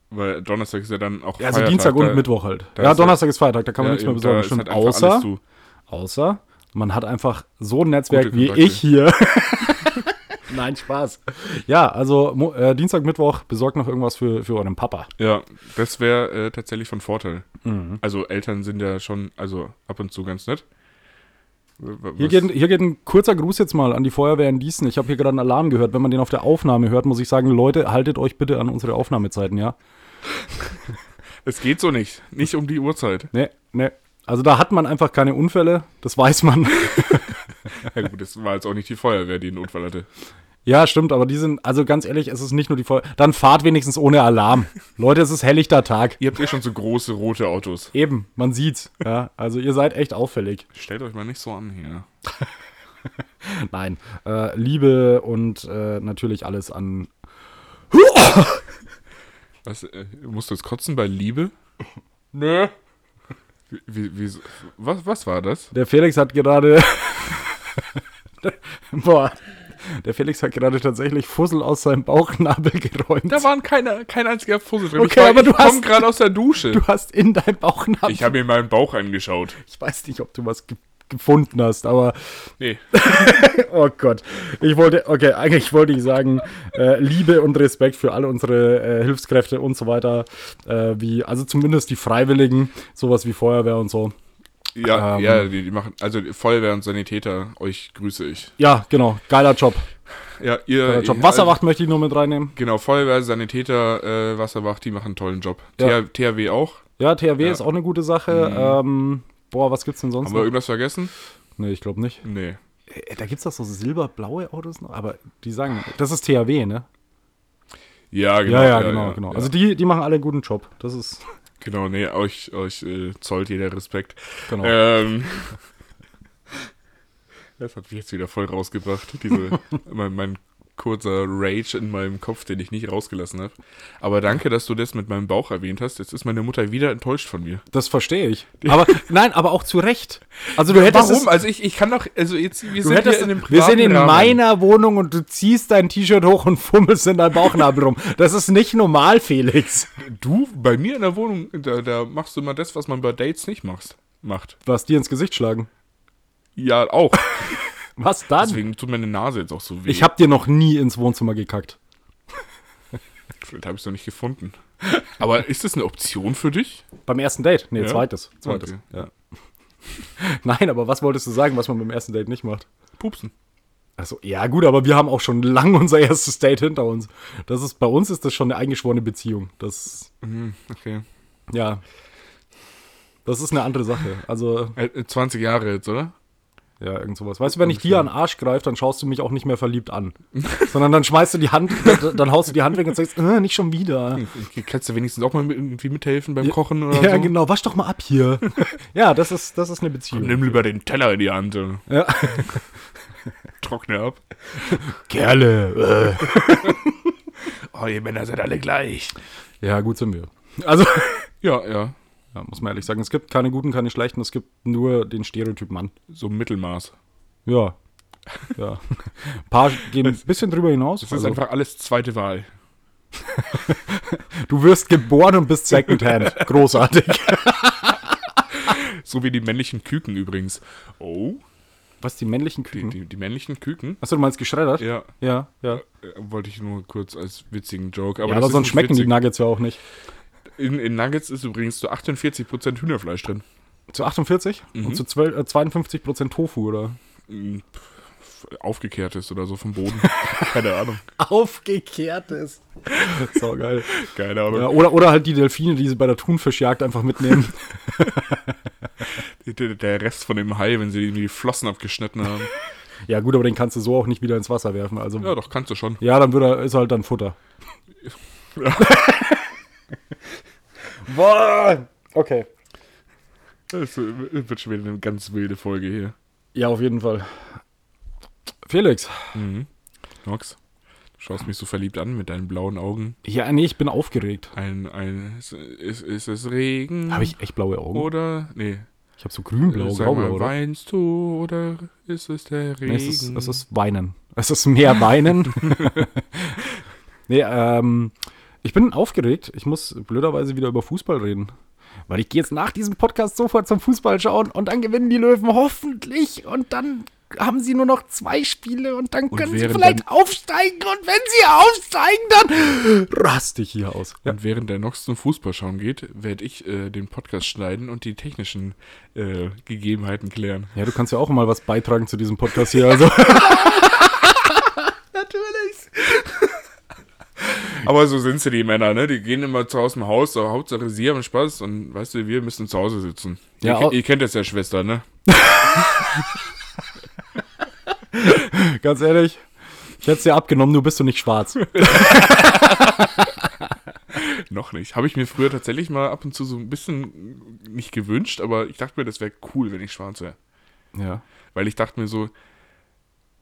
Weil Donnerstag ist ja dann auch
Ja, Also,
Feiertag,
Dienstag und
da-
Mittwoch halt.
da
Ja,
ist
Donnerstag ist Feiertag, da kann man
ja,
nichts mehr
eben,
besorgen.
da ist
Stimmt.
halt einfach
außer,
alles zu.
außer, man hat einfach so ein Netzwerk
Gute
wie
Kontakte.
ich hier. Nein, Spaß. Ja, also Mo- äh, Dienstag, Mittwoch, besorgt noch irgendwas für, für euren Papa.
Ja, das wäre äh, tatsächlich von Vorteil.
Mhm.
Also Eltern sind ja schon, also ab und zu ganz nett. W-
Hier
was-
geht, hier geht ein kurzer Gruß jetzt mal an die Feuerwehr in Gießen. Ich habe hier gerade einen Alarm gehört. Wenn man den auf der Aufnahme hört, muss ich sagen, Leute, haltet euch bitte an unsere Aufnahmezeiten, ja?
es geht so nicht. Nicht um die Uhrzeit.
Ne, ne. Also da hat man einfach keine Unfälle, das weiß man.
Ja gut, das war jetzt auch nicht die Feuerwehr, die einen Unfall hatte.
ja, stimmt, aber die sind, also ganz ehrlich, es ist nicht nur die Feuerwehr. Dann fahrt wenigstens ohne Alarm. Leute, es ist helllichter Tag.
Ihr habt eh schon so große rote Autos.
Eben, man sieht's. Ja, also ihr seid echt auffällig.
Stellt euch mal nicht so an hier.
Nein. Äh, Liebe und äh, natürlich alles an.
Was, äh, musst du jetzt kotzen bei Liebe? Nö. Wie, wie, wieso- was, was war das?
Der Felix hat gerade. Boah. Der Felix hat gerade tatsächlich Fussel aus seinem Bauchnabel geräumt.
Da waren keine, kein einziger Fussel drin.
Okay, aber du
ich komm
hast-
gerade aus der Dusche.
Du hast in deinem Bauchnabel.
Ich habe mir meinen Bauch angeschaut.
Ich weiß nicht, ob du was ge gefunden hast, aber
Nee.
oh Gott. Ich wollte, okay, eigentlich wollte ich sagen, äh, Liebe und Respekt für alle unsere äh, Hilfskräfte und so weiter, äh, wie, also zumindest die Freiwilligen, sowas wie Feuerwehr und so.
Ja,
Ähm.
ja, die, die machen, also die Feuerwehr und Sanitäter, euch grüße ich.
Ja, genau, geiler Job.
Ja, ihr.
Geiler
ihr-
Äh,
also,
Job.
äh,
Wasserwacht möchte ich nur mit reinnehmen.
Genau, Feuerwehr, Sanitäter, äh, Wasserwacht, die machen einen tollen Job.
Ja.
TH, THW auch.
Ja, THW
Ja. Mhm.
ist auch eine gute Sache. Ähm, boah, was gibt's denn sonst
Haben wir
noch?
irgendwas vergessen?
Nee, ich glaube nicht.
Nee.
Äh, Da gibt's doch so silberblaue Autos noch, aber die sagen, das ist THW, ne?
Ja, genau.
ja, ja, genau, genau.
ja.
Also die, die machen alle einen guten Job. Das ist,
Genau, nee,
Ähm.
euch, euch äh, zollt jeder Respekt.
genau.
Ähm, Das hat mich jetzt wieder voll rausgebracht, diese, mein, mein kurzer Rage in meinem Kopf, den ich nicht rausgelassen habe. Aber danke, dass du das mit meinem Bauch erwähnt hast. Jetzt ist meine Mutter wieder enttäuscht von mir.
Das verstehe ich. Aber nein, aber auch zu Recht. Also du hättest
Warum?
Es,
Also ich, ich kann doch, also jetzt, wir
du
sind
hättest,
hier in einem privaten
wir sind in
Rahmen.
meiner Wohnung und du ziehst dein T-Shirt hoch und fummelst in deinem Bauchnabel rum. Das ist nicht normal, Felix.
Du, bei mir in der Wohnung, da, da machst du immer das, was man bei Dates nicht machst, macht.
Was dir ins Gesicht schlagen.
Ja, auch.
Was dann?
Deswegen tut meine Nase jetzt auch so weh.
Ich habe dir noch nie ins Wohnzimmer gekackt.
Vielleicht habe ich es noch nicht gefunden. Aber ist das eine Option für dich?
Beim ersten Date? Nee,
Ja?
zweites. Zweites.
Okay.
Ja. Nein, aber was wolltest du sagen, was man beim ersten Date nicht macht?
Pupsen.
Also, ja, gut, aber wir haben auch schon lang unser erstes Date hinter uns. Das ist, bei uns ist das schon eine eingeschworene Beziehung. Das,
Mhm, okay.
ja. Das ist eine andere Sache. Also,
Äh, äh, 20 Jahre jetzt, oder?
ja, irgend sowas. Weißt du, wenn ich dir an den Arsch greife, dann schaust du mich auch nicht mehr verliebt an. Sondern dann schmeißt du die Hand, dann, dann haust du die Hand weg und sagst, äh, nicht schon wieder.
Okay, Kannst du wenigstens auch mal mit- irgendwie mithelfen beim Kochen oder
Ja,
so?
genau, wasch doch mal ab hier. ja, das ist, das ist eine Beziehung.
Nimm lieber den Teller in die Hand. äh.
Ja.
Trockne ab.
Kerle. Äh.
Oh, ihr Männer seid alle gleich.
Ja, gut sind wir. Also,
Ja, ja.
Ja, muss man ehrlich sagen, es gibt keine guten, keine schlechten, es gibt nur den Stereotyp Mann.
So ein Mittelmaß.
Ja. Ja. Ein paar gehen ein bisschen drüber hinaus.
Das ist
Also,
einfach alles zweite Wahl.
du wirst geboren und bist Secondhand. Großartig.
So wie die männlichen Küken übrigens. Oh,
Was, die männlichen
die,
Küken?
die, die männlichen Küken?
Achso, du meinst geschreddert?
Ja,
Ja, Hm? ja.
äh, wollte ich nur kurz als witzigen Joke. Aber,
ja, aber
das ist
sonst
nicht
schmecken die
witzig.
Nuggets ja auch nicht.
In, in Nuggets ist übrigens zu 48% Hühnerfleisch drin.
Zu 48 und zu 12, äh, 52 Prozent Tofu, oder?
Mm, pff, Aufgekehrtes oder so vom Boden. Keine Ahnung.
Aufgekehrtes. So geil.
Keine Ahnung.
Ja, oder, oder halt die Delfine, die sie bei der Thunfischjagd einfach mitnehmen.
Der, der Rest von dem Hai, wenn sie ihm die Flossen abgeschnitten haben.
ja, gut, aber den kannst du so auch nicht wieder ins Wasser werfen. Also,
Ja,
ja,
doch, kannst du schon.
dann wird er, ist er halt dann Futter. Boah! Okay.
Das wird schon wieder eine ganz wilde Folge hier.
Ja, auf jeden Fall. Felix.
Nox, du schaust mich so verliebt an mit deinen blauen Augen.
Ja, nee, ich bin aufgeregt.
Ein, ein, ist, ist, ist es Regen?
Habe ich echt blaue Augen?
Oder? Nee.
Ich habe so grün-blau,
Sag mal,
grau-blau, oder?
weinst du oder ist es der Regen?
Nee, es, ist, es ist Weinen. Es ist mehr Weinen. nee, ähm, ich bin aufgeregt. Ich muss blöderweise wieder über Fußball reden. Weil ich gehe jetzt nach diesem Podcast sofort zum Fußball schauen und dann gewinnen die Löwen hoffentlich und dann haben sie nur noch zwei Spiele und dann können sie
während
vielleicht aufsteigen und wenn sie aufsteigen, dann raste ich hier aus. Ja.
Und während der Nox zum Fußball schauen geht, werde ich äh, den Podcast schneiden und die technischen äh, Gegebenheiten klären.
ja, du kannst ja auch mal was beitragen zu diesem Podcast hier. Also.
Aber so sind sie, die Männer, ne? Die gehen immer zu aus dem Haus, so, Hauptsache sie haben Spaß und weißt du, wir müssen zu Hause sitzen.
Ja,
ihr,
au-
ihr kennt das ja, Schwester, ne?
Ganz ehrlich, ich hätte es dir abgenommen, nur bist du nicht schwarz.
Noch nicht. Habe ich mir früher tatsächlich mal ab und zu so ein bisschen nicht gewünscht, aber ich dachte mir, das wäre cool, wenn ich schwarz wäre.
Ja.
Weil ich dachte mir so,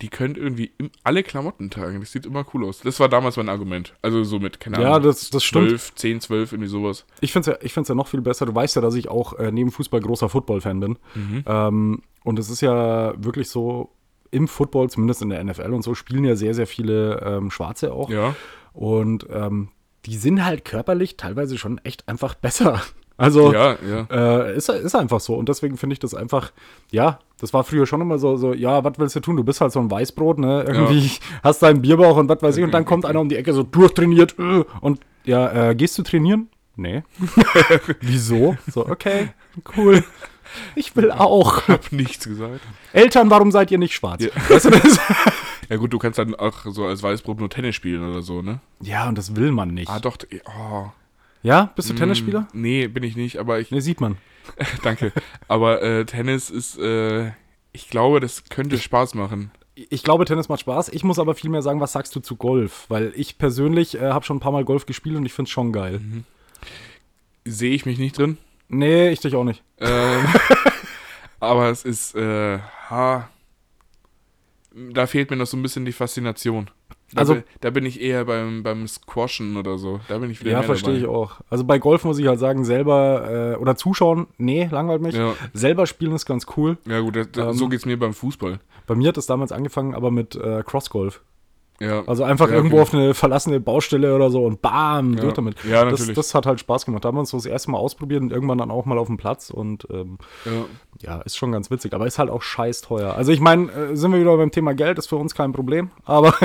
die können irgendwie im, alle Klamotten tragen. Das sieht immer cool aus. Das war damals mein Argument. Also so mit, keine
Ja,
Ahnung.
das- das stimmt.
12, 10, 12, irgendwie sowas.
Ich finde es ja, ich find's ja noch viel besser. Du weißt ja, dass ich auch äh, neben Fußball großer Football-Fan bin. Ähm, und es ist ja wirklich so, im Football, zumindest in der NFL und so, spielen ja sehr, sehr viele ähm, Schwarze auch.
Ja.
Und ähm, die sind halt körperlich teilweise schon echt einfach besser. Also
Ja, ja.
äh, ist, ist einfach so. Und deswegen finde ich das einfach, ja, das war früher schon immer so, so ja, was willst du tun? Du bist halt so ein Weißbrot, ne? Irgendwie hast deinen Bierbauch und was weiß ich. Und dann kommt einer um die Ecke so durchtrainiert. äh, Und ja, äh, gehst du trainieren? Nee. Wieso? So, okay, cool. Ich will auch.
Hab nichts gesagt.
Eltern, warum seid ihr nicht schwarz? Weißt du, das-
Ja gut, du kannst dann auch so als Weißbrot nur Tennis spielen oder so, ne?
ja, und das will man nicht.
Ah doch, eh, oh.
Ja, bist du Tennisspieler?
Nee, bin ich nicht, aber ich,
Ne, sieht man.
danke. Aber äh, Tennis ist, äh, ich glaube, das könnte Spaß machen.
ich glaube, Tennis macht Spaß. Ich muss aber viel mehr sagen, was sagst du zu Golf? Weil ich persönlich äh, habe schon ein paar Mal Golf gespielt und ich finde es schon geil.
Mhm. Sehe ich mich nicht drin.
Nee, ich dich auch nicht.
Ähm, aber es ist, äh, ha, da fehlt mir noch so ein bisschen die Faszination. Da
Also-
bin, da bin ich eher beim, beim Squashen oder so. Da bin ich wieder
Ja,
mehr
verstehe ich
dabei.
auch. Also bei Golf muss ich halt sagen, selber äh, oder zuschauen, nee, langweilt mich.
Ja.
Selber spielen ist ganz cool.
Ja, gut, das, das,
Ähm.
so geht's mir beim Fußball.
Bei mir hat es damals angefangen, aber mit äh, Crossgolf.
Ja.
Also einfach
ja,
irgendwo
okay.
auf eine verlassene Baustelle oder so und bam,
Ja.
durch damit.
Ja,
das,
natürlich.
das hat halt Spaß gemacht. Da haben wir uns so das erste Mal ausprobiert und irgendwann dann auch mal auf dem Platz und ähm,
Ja.
ja, ist schon ganz witzig, aber ist halt auch scheiß teuer. Also ich meine, äh, sind wir wieder beim Thema Geld, ist für uns kein Problem, aber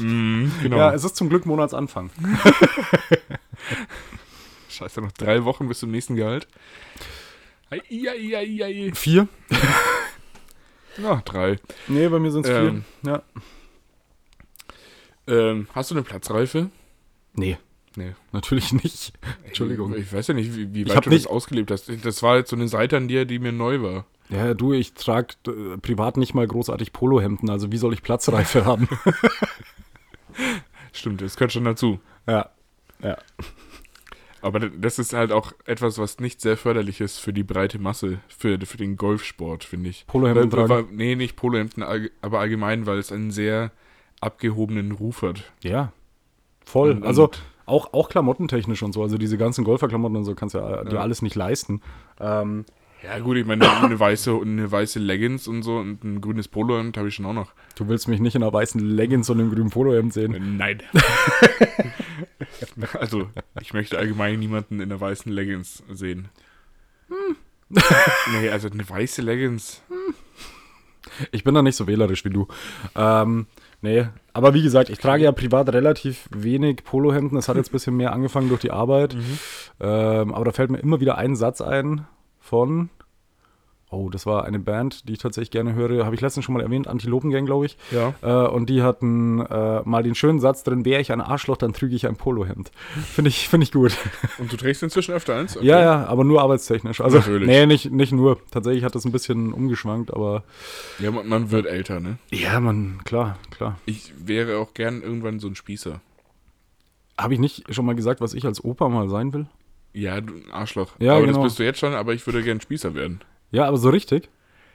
Genau.
ja, es ist zum Glück Monatsanfang.
Scheiße, noch drei Wochen bis zum nächsten Gehalt. Ei, ei, ei, ei.
Vier?
Ja, drei.
Nee, bei mir sind es
Ähm.
vier. Ja.
Ähm, hast du eine Platzreife?
Nee,
Nee.
natürlich nicht. Entschuldigung.
Ich, ich weiß ja nicht, wie, wie
Ich
weit
hab
du
nicht-
das ausgelebt hast. Das war jetzt so eine Seite an dir, die mir neu war.
Ja, du, ich trage äh, privat nicht mal großartig Polohemden, also wie soll ich Platzreife haben?
Stimmt, das gehört schon dazu.
ja. Ja.
Aber d- das ist halt auch etwas, was nicht sehr förderlich ist für die breite Masse, für, für den Golfsport, finde ich.
Polohemden
Weil-
tragen.
weil- Nee, nicht Polohemden, allg- aber allgemein, weil es einen sehr abgehobenen Ruf hat.
Ja. Voll.
Und-
also
und-
auch, auch klamottentechnisch und so. Also diese ganzen Golferklamotten und so kannst du ja, äh, dir alles nicht leisten. Ähm,
Ja gut, ich meine, eine weiße und eine weiße Leggings und so und ein grünes Polohemd habe ich schon auch noch.
du willst mich nicht in einer weißen Leggings und einem grünen Polohemd sehen.
Nein. also, ich möchte allgemein niemanden in der weißen Leggings sehen. Hm. nee, also eine weiße Leggings.
Ich bin da nicht so wählerisch wie du. Ähm, nee. Aber wie gesagt, ich trage ja privat relativ wenig Polohemden. Das hat jetzt ein bisschen mehr angefangen durch die Arbeit.
Mhm.
Ähm, aber da fällt mir immer wieder ein Satz ein von. Oh, das war eine Band, die ich tatsächlich gerne höre. Habe ich letztens schon mal erwähnt, Antilopengang, glaube ich.
Ja.
Äh, und die hatten äh, mal den schönen Satz drin, wäre ich ein Arschloch, dann trüge ich ein Polohemd. Finde ich, finde ich gut.
Und du trägst inzwischen öfter eins? Okay.
Ja, ja, aber nur arbeitstechnisch. Also,
Natürlich.
nee, nicht, nicht nur. Tatsächlich hat das ein bisschen umgeschwankt, aber
Ja, man, man wird älter, ne?
ja, man, klar, klar.
Ich wäre auch gern irgendwann so ein Spießer.
Habe ich nicht schon mal gesagt, was ich als Opa mal sein will?
Ja, du ein Arschloch.
Ja,
aber
genau.
das bist du jetzt schon, aber ich würde gern Spießer werden.
Ja, aber so richtig.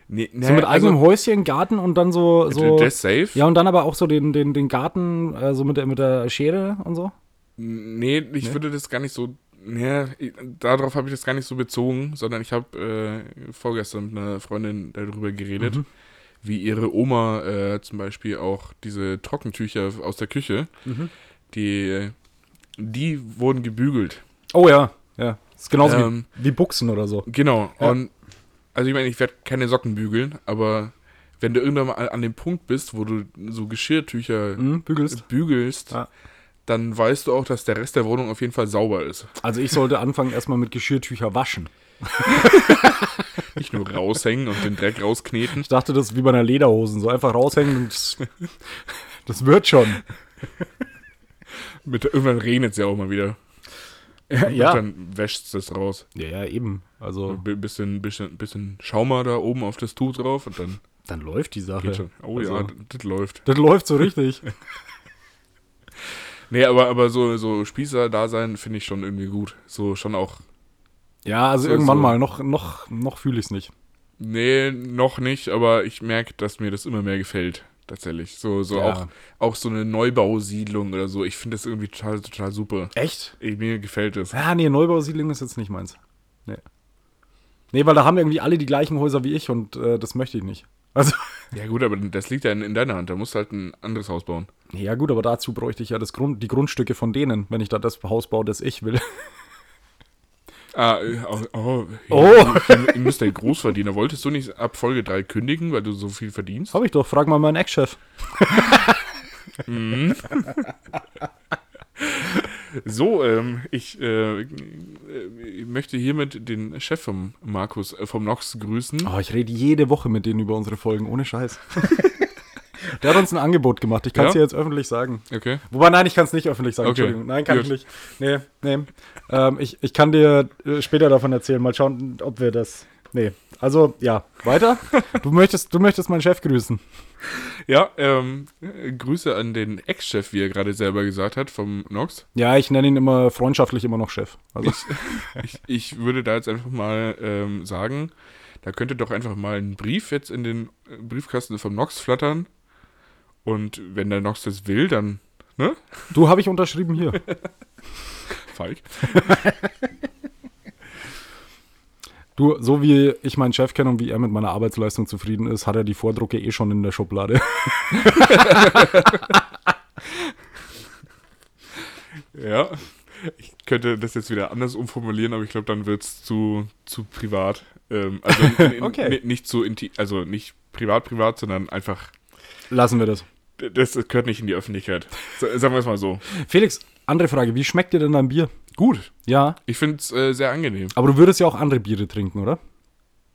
Nee, nee, also
So mit eigenem Häuschen, Garten und dann so. so
das safe?
ja, und dann aber auch so den, den, den Garten, äh, so mit der, mit der Schere und so.
Nee, ich
Ne?
würde das gar nicht so. Nee, ich- darauf habe ich das gar nicht so bezogen, sondern ich habe äh, vorgestern mit einer Freundin darüber geredet,
Mhm.
wie ihre Oma äh, zum Beispiel auch diese Trockentücher aus der Küche,
Mhm.
die, die wurden gebügelt.
Oh ja, ja. Ist genauso
Ähm.
wie, wie Buchsen oder so.
Genau.
Ja.
Und also ich meine, ich werde keine Socken bügeln, aber wenn du irgendwann mal an, an dem Punkt bist, wo du so Geschirrtücher
Hm, bügelst.
bügelst,
Ja.
dann weißt du auch, dass der Rest der Wohnung auf jeden Fall sauber ist.
Also ich sollte anfangen, erstmal mit Geschirrtücher waschen.
Nicht nur raushängen und den Dreck rauskneten.
Ich dachte, das ist wie bei einer Lederhosen, so einfach raushängen und das wird schon.
Mit, irgendwann regnet es ja auch mal wieder. Und
Ja,
dann wäscht es das raus.
ja, ja eben. Also
Ein bisschen, bisschen, bisschen Schaumer da oben auf das Tuch drauf und dann
dann läuft die
geht
Sache.
schon. Oh
also,
ja, das, das läuft.
Das läuft so richtig.
Nee, aber, aber so, so Spießer-Dasein finde ich schon irgendwie gut. So schon auch.
Ja, also
So,
irgendwann
so.
mal. Noch, noch, noch fühle ich es nicht.
Nee, noch nicht, aber ich merke, dass mir das immer mehr gefällt. Tatsächlich. So, so
Ja.
auch, auch so eine Neubausiedlung oder so. Ich finde das irgendwie total, total super.
Echt?
Ich, mir gefällt es.
Ja, nee, Neubausiedlung ist jetzt nicht meins. Nee. Nee, weil da haben irgendwie alle die gleichen Häuser wie ich und äh, das möchte ich nicht. Also,
Ja, gut, aber das liegt ja in, in deiner Hand. Da musst du halt ein anderes Haus bauen.
nee, ja gut, aber dazu bräuchte ich ja das Grund, die Grundstücke von denen, wenn ich da das Haus baue, das ich will.
Ah, äh, oh, oh,
Oh.
Ihr, ihr müsst ja Großverdiener. Wolltest du nicht ab Folge 3 kündigen, weil du so viel verdienst?
Hab ich doch, frag mal meinen Ex-Chef.
So, ähm, ich, äh, äh, möchte hiermit den Chef vom Markus, äh, vom Nox grüßen.
Oh, ich rede jede Woche mit denen über unsere Folgen, ohne Scheiß. Der hat uns ein Angebot gemacht, ich kann es
Ja?
dir jetzt öffentlich sagen.
Okay.
Wobei, nein, ich kann es nicht öffentlich sagen,
Okay.
Entschuldigung. Nein, kann
Gut.
ich nicht. Nee, nee. Ähm, ich, ich kann dir äh, später davon erzählen, mal schauen, ob wir das... Nee, also ja, weiter. Du möchtest, du möchtest meinen Chef grüßen.
Ja, ähm, äh, Grüße an den Ex-Chef, wie er gerade selber gesagt hat, vom Nox.
Ja, ich nenne ihn immer freundschaftlich immer noch Chef. Also,
Ich würde da jetzt einfach mal ähm, sagen, Da könnte doch einfach mal ein Brief jetzt in den äh, Briefkasten vom Nox flattern. Und wenn der Nox das will, dann, ne?
Du habe ich unterschrieben hier.
Falk.
Du, so wie ich meinen Chef kenne und wie er mit meiner Arbeitsleistung zufrieden ist, hat er die Vordrucke eh schon in der Schublade.
Ja. Ich könnte das jetzt wieder anders umformulieren, aber ich glaube, dann wird es zu, zu privat. Ähm, also in, in,
Okay.
ni- nicht zu inti also nicht privat privat, sondern einfach
Lassen wir das.
das gehört nicht in die Öffentlichkeit. So, sagen wir es mal so.
Felix, andere Frage. Wie schmeckt dir denn dein Bier?
Gut.
Ja,
Ich finde es äh, sehr angenehm.
aber du würdest ja auch andere Biere trinken, oder?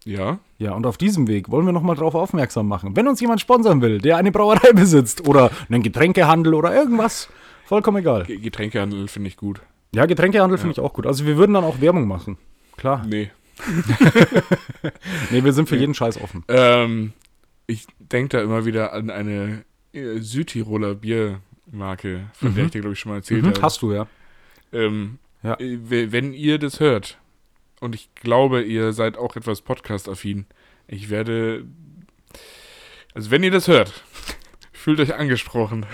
Ja.
Ja, und auf diesem Weg wollen wir nochmal drauf aufmerksam machen. Wenn uns jemand sponsern will, der eine Brauerei besitzt oder einen Getränkehandel oder irgendwas, vollkommen egal.
Ge- Getränkehandel finde ich gut.
Ja, Getränkehandel finde ich auch gut. Also wir würden dann auch Werbung machen. Klar.
Nee.
Nee, wir sind für jeden Scheiß offen.
Ähm, ich denke da immer wieder an eine äh, Südtiroler Biermarke, von der ich dir, glaube ich, schon mal erzählt
Mhm.
habe.
Hast du, ja.
Ähm,
Ja.
äh, we- Wenn ihr das hört, und ich glaube, ihr seid auch etwas podcast-affin, ich werde. Also, wenn ihr das hört, fühlt euch angesprochen.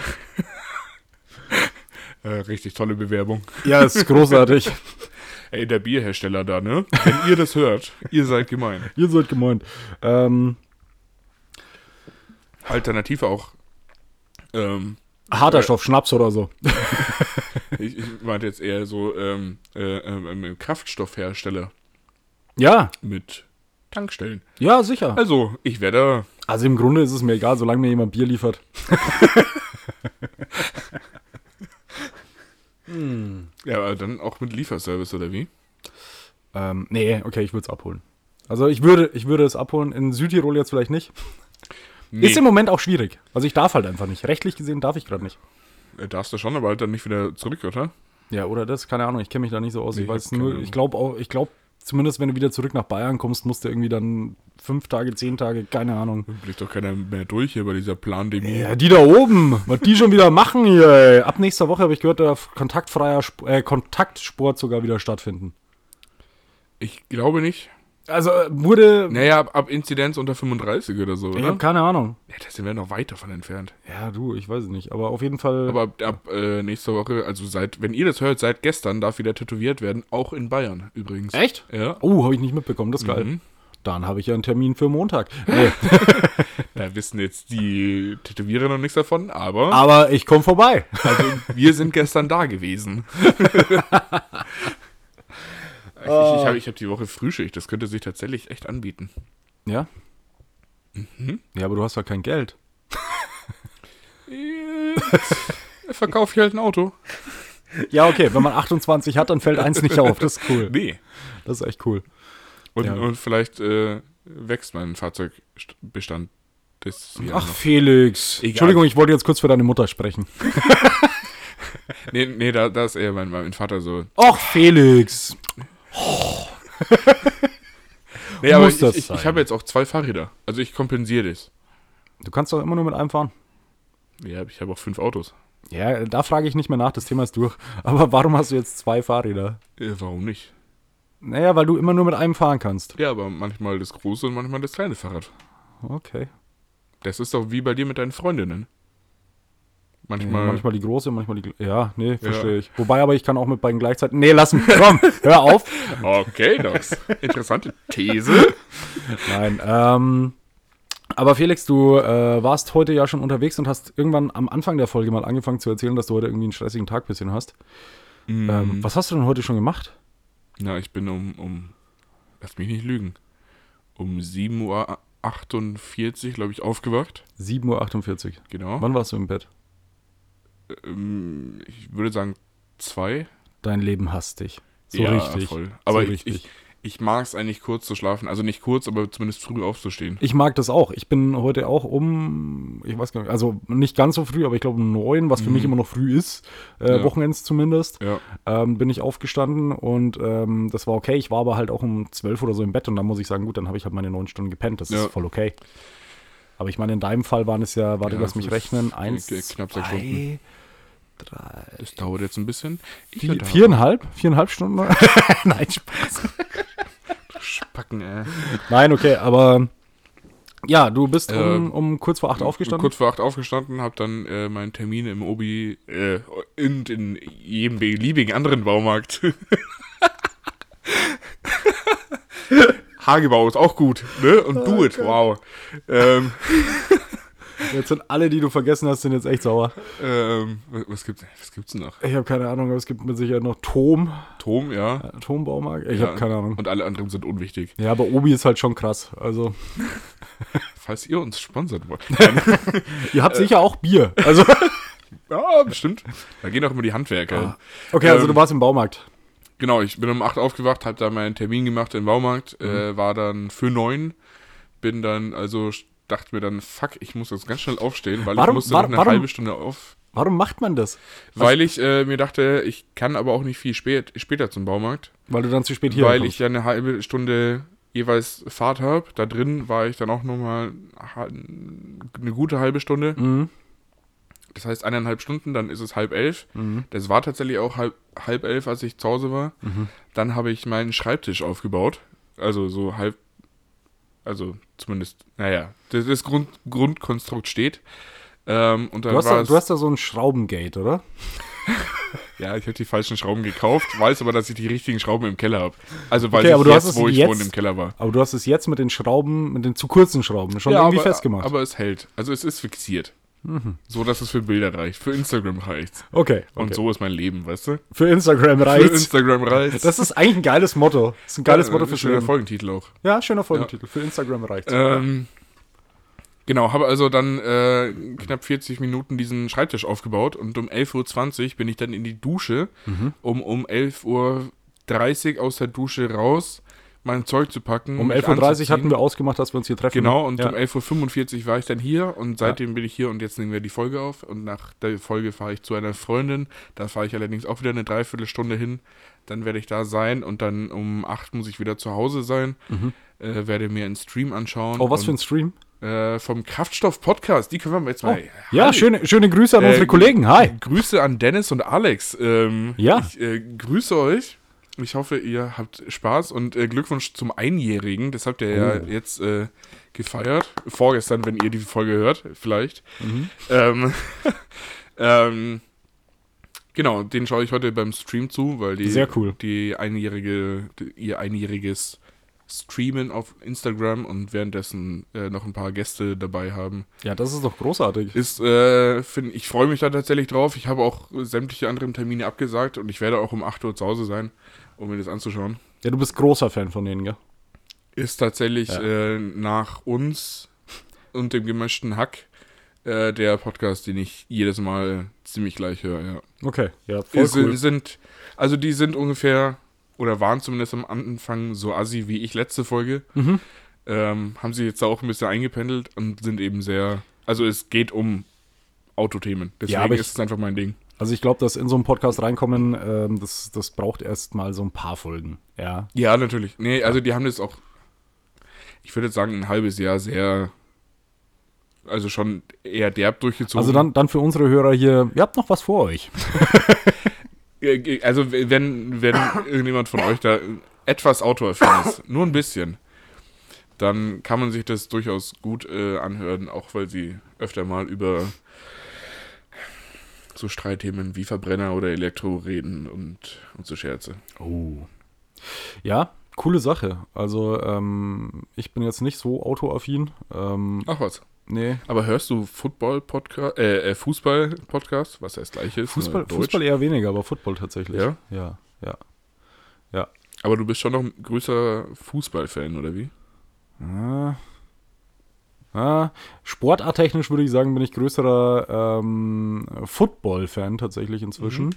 äh, richtig tolle Bewerbung.
Ja, ist großartig.
Ey, der Bierhersteller da, ne? Wenn ihr das hört, ihr seid gemein.
Ihr seid gemeint. Ähm,
Alternativ auch. Ähm,
harter Stoff, Schnaps oder so.
ich, ich meinte jetzt eher so ähm, äh, ähm, Kraftstoffhersteller
Ja,
mit Tankstellen.
ja, sicher.
Also, ich werde
Also im Grunde ist es mir egal, solange mir jemand Bier liefert.
Ja, aber dann auch mit Lieferservice oder wie?
Ähm, nee, okay, ich würde es abholen. Also ich würde, ich würde es abholen. In Südtirol jetzt vielleicht nicht.
Nee,
Ist im Moment auch schwierig. Also ich darf halt einfach nicht. Rechtlich gesehen darf ich gerade nicht.
Äh, darfst du schon, aber halt dann nicht wieder zurück, oder?
Ja, oder das? Keine Ahnung. Ich kenne mich da nicht so aus.
Nee,
ich weiß
hab keine
nur,
Ahnung.
ich glaube auch, ich glaube, zumindest wenn du wieder zurück nach Bayern kommst, musst du irgendwie dann fünf Tage, zehn Tage, keine Ahnung.
Blickt doch keiner mehr durch hier bei dieser Plandemie.
Ja, die da oben, was die schon wieder machen hier. Ey. Ab nächster Woche habe ich gehört, darf kontaktfreier Sp äh, Kontaktsport sogar wieder stattfinden.
Ich glaube nicht.
Also äh, wurde.
Naja, ab, ab Inzidenz unter 35 oder so,
ich
oder?
habe keine Ahnung.
Ja, das sind wir noch weit davon entfernt.
Ja, du, ich weiß es nicht. Aber auf jeden Fall.
Aber ab, ab äh, nächster Woche, also seit, wenn ihr das hört, seit gestern darf wieder tätowiert werden, auch in Bayern übrigens.
Echt?
Ja.
Oh, habe ich nicht mitbekommen, das ist geil.
Mhm.
Dann habe ich ja einen Termin für Montag. Nee,
Da wissen jetzt die Tätowierer noch nichts davon, aber
aber ich komme vorbei.
wir sind gestern da gewesen. ich ich, ich
Ah.
habe ich hab die Woche Frühschicht, das könnte sich tatsächlich echt anbieten.
Ja? Ja, aber du hast ja kein Geld.
Verkaufe ich halt ein Auto.
Ja, okay, wenn man 28 hat, dann fällt eins nicht auf. Das ist cool.
Nee.
Das ist echt cool.
Und,
Ja.
und vielleicht äh, wächst mein Fahrzeugbestand. Das Jahr
Ach, Felix. Entschuldigung, ich wollte jetzt kurz für deine Mutter sprechen.
noch. Nee, nee da, da ist eher mein, mein Vater so.
Ach, Felix.
Nee, aber
Muss
ich,
das
ich, ich
sein?
habe jetzt auch zwei Fahrräder. Also ich kompensiere das.
Du kannst doch immer nur mit einem fahren.
Ja, ich habe auch fünf Autos.
Ja, da frage ich nicht mehr nach, das Thema ist durch. Aber warum hast du jetzt zwei Fahrräder?
Äh, warum nicht?
Naja, weil du immer nur mit einem fahren kannst.
Ja, aber manchmal das große und manchmal das kleine Fahrrad.
Okay.
Das ist doch wie bei dir mit deinen Freundinnen. Manchmal.
manchmal die große, manchmal die. gl- Ja, nee, verstehe
Ja.
ich. Wobei aber ich kann auch mit beiden gleichzeitig. Nee, lass mich. Komm, hör auf.
Okay, Docs. Interessante These.
Nein, ähm. Aber Felix, du äh, warst heute ja schon unterwegs und hast irgendwann am Anfang der Folge mal angefangen zu erzählen, dass du heute irgendwie einen stressigen Tag bisschen hast.
Mhm.
Ähm, was hast du denn heute schon gemacht?
Na, ich bin um, um, lass mich nicht lügen, um 7.48 Uhr, glaube ich, aufgewacht.
7.48 Uhr.
Genau.
Wann warst du im Bett?
Ähm, ich würde sagen zwei.
Dein Leben hasst dich. So
Ja,
richtig.
Voll. Aber
so
ich, ich, ich mag es eigentlich kurz zu schlafen. Also nicht kurz, aber zumindest früh aufzustehen.
Ich mag das auch. Ich bin heute auch um, ich weiß gar nicht, also nicht ganz so früh, aber ich glaube um neun, was für mich immer noch früh ist, äh,
Mhm. Ja.
Wochenends zumindest,
Ja.
ähm, bin ich aufgestanden und ähm, das war okay. Ich war aber halt auch um zwölf oder so im Bett und dann muss ich sagen, gut, dann habe ich halt meine neun Stunden gepennt. Das
Ja.
ist voll okay. Aber ich meine, in deinem Fall waren es ja, warte,
Ja,
lass mich
das ist
rechnen, eins,
k- knapp sechs
zwei,
Stunden. Das dauert jetzt ein bisschen. Ich
vier,
hatte
viereinhalb, viereinhalb Stunden. Nein, Spaß.
Spacken, ey.
Nein, okay, aber ja, du bist
Ähm,
um, um kurz vor acht aufgestanden.
Kurz vor acht aufgestanden, habe dann äh, meinen Termin im Obi äh, und in jedem beliebigen anderen Baumarkt. Hagebau ist auch gut, ne? Und
Oh
do it, wow. Ähm,
Jetzt sind alle, die du vergessen hast, sind jetzt echt sauer.
ähm, was- was gibt's, was gibt's denn noch?
Ich habe keine Ahnung, aber es gibt mit Sicherheit noch Tom,
Tom, ja.
Tombaumarkt. Ich
ja.
habe keine Ahnung.
Und alle anderen sind unwichtig.
Ja, aber Obi ist halt schon krass. Also,
Falls ihr uns sponsert wollt.
ihr
Äh,
habt sicher auch Bier. Also,
ja, bestimmt. Da gehen auch immer die Handwerker.
okay, also
Ähm,
du warst im Baumarkt.
Genau, ich bin um 8 aufgewacht, habe da meinen Termin gemacht im Baumarkt,
Mhm.
äh, war dann für 9, bin dann, also sch- dachte mir dann, fuck, ich muss jetzt ganz schnell aufstehen, weil
Warum-
ich musste
war-
noch eine
warum-
halbe Stunde auf.
Warum macht man das?
Weil ich äh, mir dachte, ich kann aber auch nicht viel spät, später zum Baumarkt,
Weil du dann zu spät hier
weil
kommst.
ich ja eine halbe Stunde jeweils Fahrt habe. Da drin war ich dann auch nochmal eine gute halbe Stunde.
Mhm.
Das heißt eineinhalb Stunden, dann ist es halb elf.
Mhm.
Das war tatsächlich auch halb, halb elf, als ich zu Hause war.
Mhm.
Dann habe ich meinen Schreibtisch aufgebaut. Also so halb, also zumindest, naja, das, das Grund, Grundkonstrukt steht. Ähm, und dann
Du hast,
war
da,
es,
du hast da so ein Schraubengate, oder?
ja, ich habe die falschen Schrauben gekauft, weiß aber, dass ich die richtigen Schrauben im Keller habe. Also weil
Okay, aber
ich
du hast
jetzt,
es
wo ich
jetzt
wohne, im Keller war.
Aber du hast es jetzt mit den Schrauben, mit den zu kurzen Schrauben schon irgendwie
aber,
festgemacht.
Aber es hält. Also es ist fixiert. So, dass es für Bilder reicht. Für Instagram reicht's.
okay, okay.
Und so ist mein Leben, weißt du?
Für Instagram
Für
reicht's.
Instagram reicht's.
das ist eigentlich ein geiles Motto. Das ist ein geiles Motto fürs
äh, schöner
Leben.
Folgentitel auch.
Ja, schöner Folgentitel. Für Instagram reicht's.
Ähm, genau, habe also dann äh, knapp 40 Minuten diesen Schreibtisch aufgebaut und um 11.20 Uhr bin ich dann in die Dusche,
Mhm.
um um 11.30 Uhr aus der Dusche raus, mein Zeug zu packen.
um
mich
11.30 Uhr hatten
anzuziehen.
wir ausgemacht, dass wir uns hier treffen.
Genau, und
Mhm, ja.
um 11.45 Uhr war ich dann hier und seitdem bin ich hier und jetzt nehmen wir die Folge auf. Und nach der Folge fahre ich zu einer Freundin. Da fahre ich allerdings auch wieder eine Dreiviertelstunde hin. Dann werde ich da sein und dann um 8 muss ich wieder zu Hause sein. Äh, werde mir einen Stream anschauen.
Mhm. Oh, was für
und,
ein Stream.
Äh, vom Kraftstoff-Podcast. Die können wir jetzt mal.
Oh, Ja,
Hi.
schöne, schöne Grüße an
Äh,
unsere Kollegen. Hi.
Grüße an Dennis und Alex. Ähm,
Ja.
Ich äh, grüße euch. Ich hoffe, ihr habt Spaß und äh, Glückwunsch zum Einjährigen. Das habt ihr ja
Oh.
jetzt äh, gefeiert. Vorgestern, wenn ihr die Folge hört, vielleicht.
Mhm.
Ähm, ähm, genau, den schaue ich heute beim Stream zu, weil die,
Sehr cool.
die einjährige, die, ihr einjähriges Streamen auf Instagram und währenddessen äh, noch ein paar Gäste dabei haben.
Ja, das ist doch großartig.
Ist, äh, find, ich freue mich da tatsächlich drauf. Ich habe auch sämtliche anderen Termine abgesagt und ich werde auch um 8 Uhr zu Hause sein, um mir das anzuschauen.
Ja, du bist großer Fan von denen, gell?
Ist tatsächlich
Ja.
äh, nach uns und dem gemischten Hack äh, der Podcast, den ich jedes Mal ziemlich gleich höre. Ja.
Okay, ja, voll
Die sind,
cool.
sind, also die sind ungefähr oder waren zumindest am Anfang so assi wie ich letzte Folge.
Mhm.
Ähm, haben sie jetzt da auch ein bisschen eingependelt und sind eben sehr, also es geht um Autothemen. Deswegen
aber ich-
ist es einfach mein Ding.
Also ich glaube, dass in so einen Podcast reinkommen, ähm, das, das braucht erst mal so ein paar Folgen. Ja.
Ja, natürlich. Nee, also die haben das auch, ich würde jetzt sagen, ein halbes Jahr sehr, also schon eher derb durchgezogen.
Also dann, dann für unsere Hörer hier, ihr habt noch was vor euch.
Äh, Also wenn, wenn irgendjemand von euch da etwas autoaffin ist, nur ein bisschen, dann kann man sich das durchaus gut äh, anhören, auch weil sie öfter mal über so Streitthemen wie Verbrenner oder Elektro reden und, und so Scherze.
Oh. Ja, coole Sache. Also ähm, ich bin jetzt nicht so autoaffin. Ähm,
Ach was.
nee.
Aber hörst du Football-Podcast, äh, äh, Fußball-Podcast, was ja das gleiche ist?
Fußball,
nur Deutsch.
Fußball eher weniger, aber Football tatsächlich.
Ja?
Ja, ja.
Aber du bist schon noch ein größer Fußballfan, oder wie?
Ah. Ah. Sportarttechnisch würde ich sagen, bin ich größerer ähm, Football-Fan tatsächlich
Mhm.
inzwischen.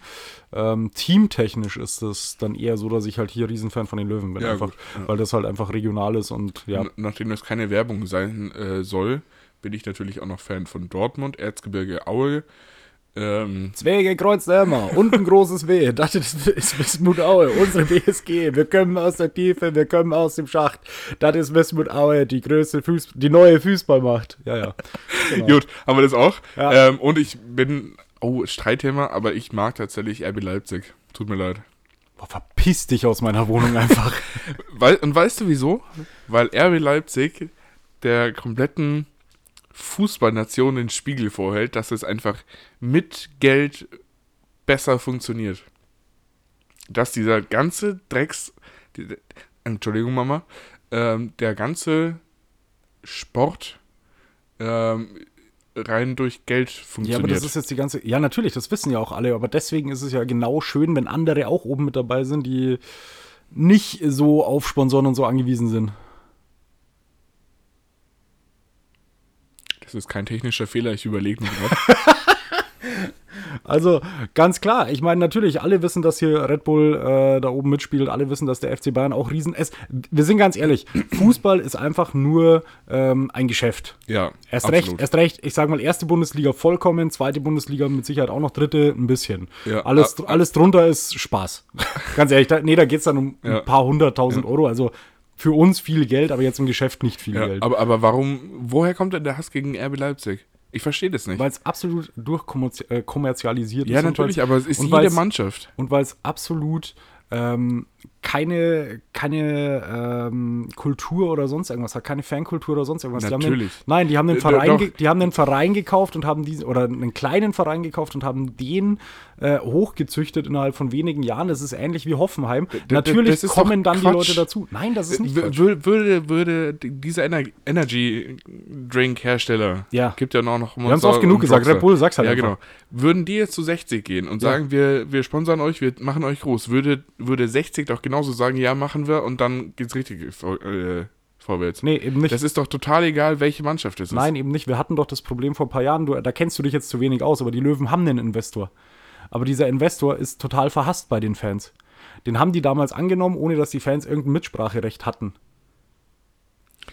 Ähm, teamtechnisch ist es dann eher so, dass ich halt hier Riesenfan von den Löwen bin,
Ja,
einfach,
gut, ja. Mhm.
weil das halt einfach regional ist und ja.
N- Nachdem das keine Werbung sein äh, soll, bin ich natürlich auch noch Fan von Dortmund, Erzgebirge Aue. Ähm,
Zwege kreuzt immer, unten großes W, das ist, ist Wismut Aue, unsere BSG, wir kommen aus der Tiefe, wir kommen aus dem Schacht, das ist Wismut Aue, die größte Fuß die neue Fußballmacht. Ja, ja.
Gut, haben wir das auch.
Genau. Ja.
Ähm, und ich bin, oh, Streitthema, aber ich mag tatsächlich RB Leipzig. Tut mir leid.
Boah, verpiss dich aus meiner Wohnung einfach.
Weil, und weißt du wieso? Weil RB Leipzig der kompletten Fußballnation den Spiegel vorhält, dass es einfach mit Geld besser funktioniert. Dass dieser ganze Drecks. Die, die- Entschuldigung, Mama. Ähm, der ganze Sport ähm, rein durch Geld
ja,
funktioniert.
aber das ist jetzt die ganze. Ja, natürlich, das wissen ja auch alle, aber deswegen ist es ja genau schön, wenn andere auch oben mit dabei sind, die nicht so auf Sponsoren und so angewiesen sind.
Das ist kein technischer Fehler, ich überlege mir gerade.
Also ganz klar, ich meine natürlich, alle wissen, dass hier Red Bull äh, da oben mitspielt, alle wissen, dass der FC Bayern auch riesen ist. Wir sind ganz ehrlich, Fußball ist einfach nur ähm, ein Geschäft.
Ja,
Erst recht,
absolut.
erst recht, ich sag mal, erste Bundesliga vollkommen, zweite Bundesliga mit Sicherheit auch noch, dritte ein bisschen.
Ja, ah.
alles,
ab-
alles drunter ist Spaß. Ganz ehrlich, da, nee, da geht's dann um
Ja.
ein paar hunderttausend Euro, also für uns viel Geld, aber jetzt im Geschäft nicht viel
Ja,
Geld.
aber, aber warum, woher kommt denn der Hass gegen RB Leipzig? Ich verstehe das nicht.
Weil es absolut durchkommerzialisiert
ja,
ist. und
natürlich,
weil's-
aber es ist
und
jede
weil's-
Mannschaft.
und weil es absolut ähm, keine, keine ähm, Kultur oder sonst irgendwas hat, keine Fankultur oder sonst irgendwas. Die haben
Natürlich.
den, nein, die haben den
Äh,
Verein,
doch.
ge- die haben den Verein gekauft und haben diesen oder einen kleinen Verein gekauft und haben den äh, hochgezüchtet innerhalb von wenigen Jahren. Das ist ähnlich wie Hoffenheim.
d-
Natürlich
das ist
kommen
doch
dann die
Quatsch. Äh,
Leute dazu. Nein, das ist nicht
Wür-
Quatsch.
wür- würde, würde die- dieser Ener Energy Drink Hersteller,
Ja.
gibt ja noch, noch Monster
haben's oft genug
und
gesagt,
Rockstar.
Red Bull, sag's halt
Ja, genau.
einfach.
Würden die jetzt zu 60 gehen und
Ja.
sagen, wir, wir sponsern euch, wir machen euch groß, würde, würde 60 doch genauso sagen, ja, machen wir und dann geht's richtig vor, äh, vorwärts.
Nee, eben nicht.
Das ist doch total egal, welche Mannschaft es ist.
Nein, eben nicht. Wir hatten doch das Problem vor ein paar Jahren, du, da kennst du dich jetzt zu wenig aus, aber die Löwen haben einen Investor. Aber dieser Investor ist total verhasst bei den Fans. Den haben die damals angenommen, ohne dass die Fans irgendein Mitspracherecht hatten.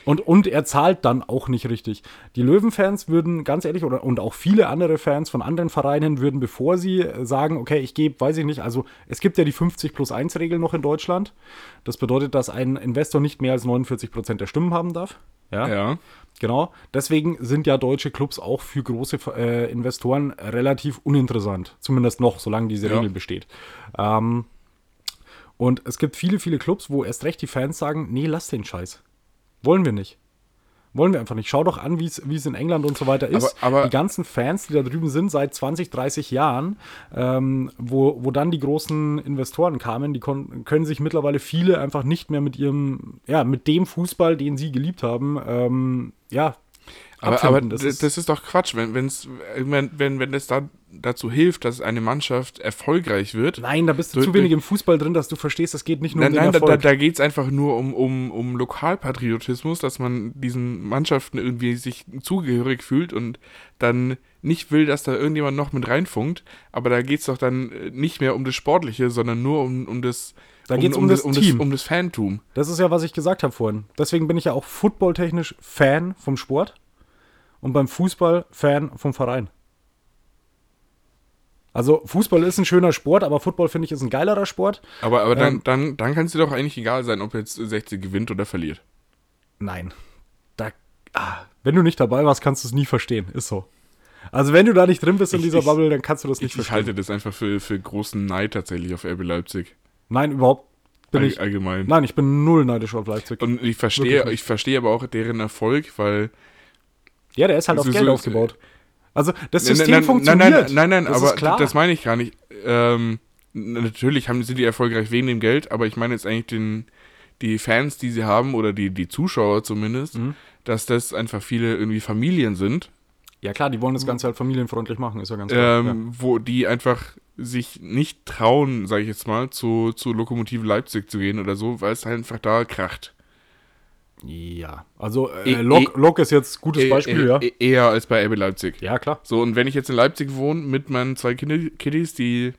Und, und er zahlt dann auch nicht richtig. Die Löwenfans würden, ganz ehrlich, oder, und auch viele andere Fans von anderen Vereinen würden, bevor sie äh, sagen, okay, ich gebe, weiß ich nicht, also es gibt ja die 50 plus 1 Regel noch in Deutschland. Das bedeutet, dass ein Investor nicht mehr als 49 Prozent der Stimmen haben darf.
Ja.
Genau. Deswegen sind ja deutsche Clubs auch für große äh, Investoren relativ uninteressant. Zumindest noch, solange diese
Ja.
Regel besteht. Ähm, und es gibt viele, viele Clubs, wo erst recht die Fans sagen: Nee, lass den Scheiß. Wollen wir nicht. Wollen wir einfach nicht. Schau doch an, wie es wie es in England und so weiter ist.
Aber- aber-
die ganzen Fans, die da drüben sind, seit 20, 30 Jahren, ähm, wo, wo dann die großen Investoren kamen, die kon- können sich mittlerweile viele einfach nicht mehr mit ihrem, ja, mit dem Fußball, den sie geliebt haben, ähm, ja,
Aber, aber
abfinden.
das, ist das ist doch Quatsch, wenn, wenn's, wenn, wenn, wenn das da, dazu hilft, dass eine Mannschaft erfolgreich wird.
Nein, da bist du
Du-
zu wenig im Fußball drin, dass du verstehst, es geht nicht nur
Nein,
um den
nein, da, da,
Erfolg.
da geht es einfach nur um, um, um Lokalpatriotismus, dass man diesen Mannschaften irgendwie sich zugehörig fühlt und dann nicht will, dass da irgendjemand noch mit reinfunkt. Aber da geht es doch dann äh, nicht mehr um das Sportliche, sondern nur um, um das.
Da geht's um das
um
Team.
Das, um das Fantum.
Das ist ja, was ich gesagt habe vorhin. Deswegen bin ich ja auch footballtechnisch Fan vom Sport und beim Fußball Fan vom Verein. Also Fußball ist ein schöner Sport, aber Football finde ich ist ein geilerer Sport.
Aber, aber dann,
Ähm.
dann, dann kann es dir doch eigentlich egal sein, ob jetzt 60 gewinnt oder verliert.
Nein. Da, ah, wenn du nicht dabei warst, kannst du es nie verstehen. Ist so. Also wenn du da nicht drin bist in
Ich-
dieser
ich-
Bubble, dann kannst du das
Ich,
nicht
halt- ich
verstehen.
halte das einfach für, für großen Neid tatsächlich auf RB Leipzig.
Nein, überhaupt bin
All,
ich.
allgemein.
Nein, ich bin null neidisch auf Leipzig.
Und ich
Wirklich
verstehe,
nicht.
ich verstehe aber auch deren Erfolg, weil
Ja, der ist halt auf
So-
Geld
so-
aufgebaut. Also das
Nein,
System
nein,
funktioniert.
Nein, nein, nein, nein
das
aber
ist klar.
das meine ich gar nicht. Ähm, n- natürlich haben, sind die erfolgreich wegen dem Geld, aber ich meine jetzt eigentlich den, die Fans, die sie haben, oder die, die Zuschauer zumindest,
Mhm.
dass das einfach viele irgendwie Familien sind,
ja klar, die wollen das Ganze halt familienfreundlich machen, ist ja ganz klar.
Hm. ähm, wo die einfach sich nicht trauen, sage ich jetzt mal, zu, zu Lokomotive Leipzig zu gehen oder so, weil es halt einfach da kracht.
ja. ja, also
Eh,
äh, Lok,
eh,
Lok ist jetzt gutes Beispiel,
e
ja.
e Eher als bei RB Leipzig.
Ja, klar.
So, und wenn ich jetzt in Leipzig wohne mit meinen zwei Kiddi- Kiddies, die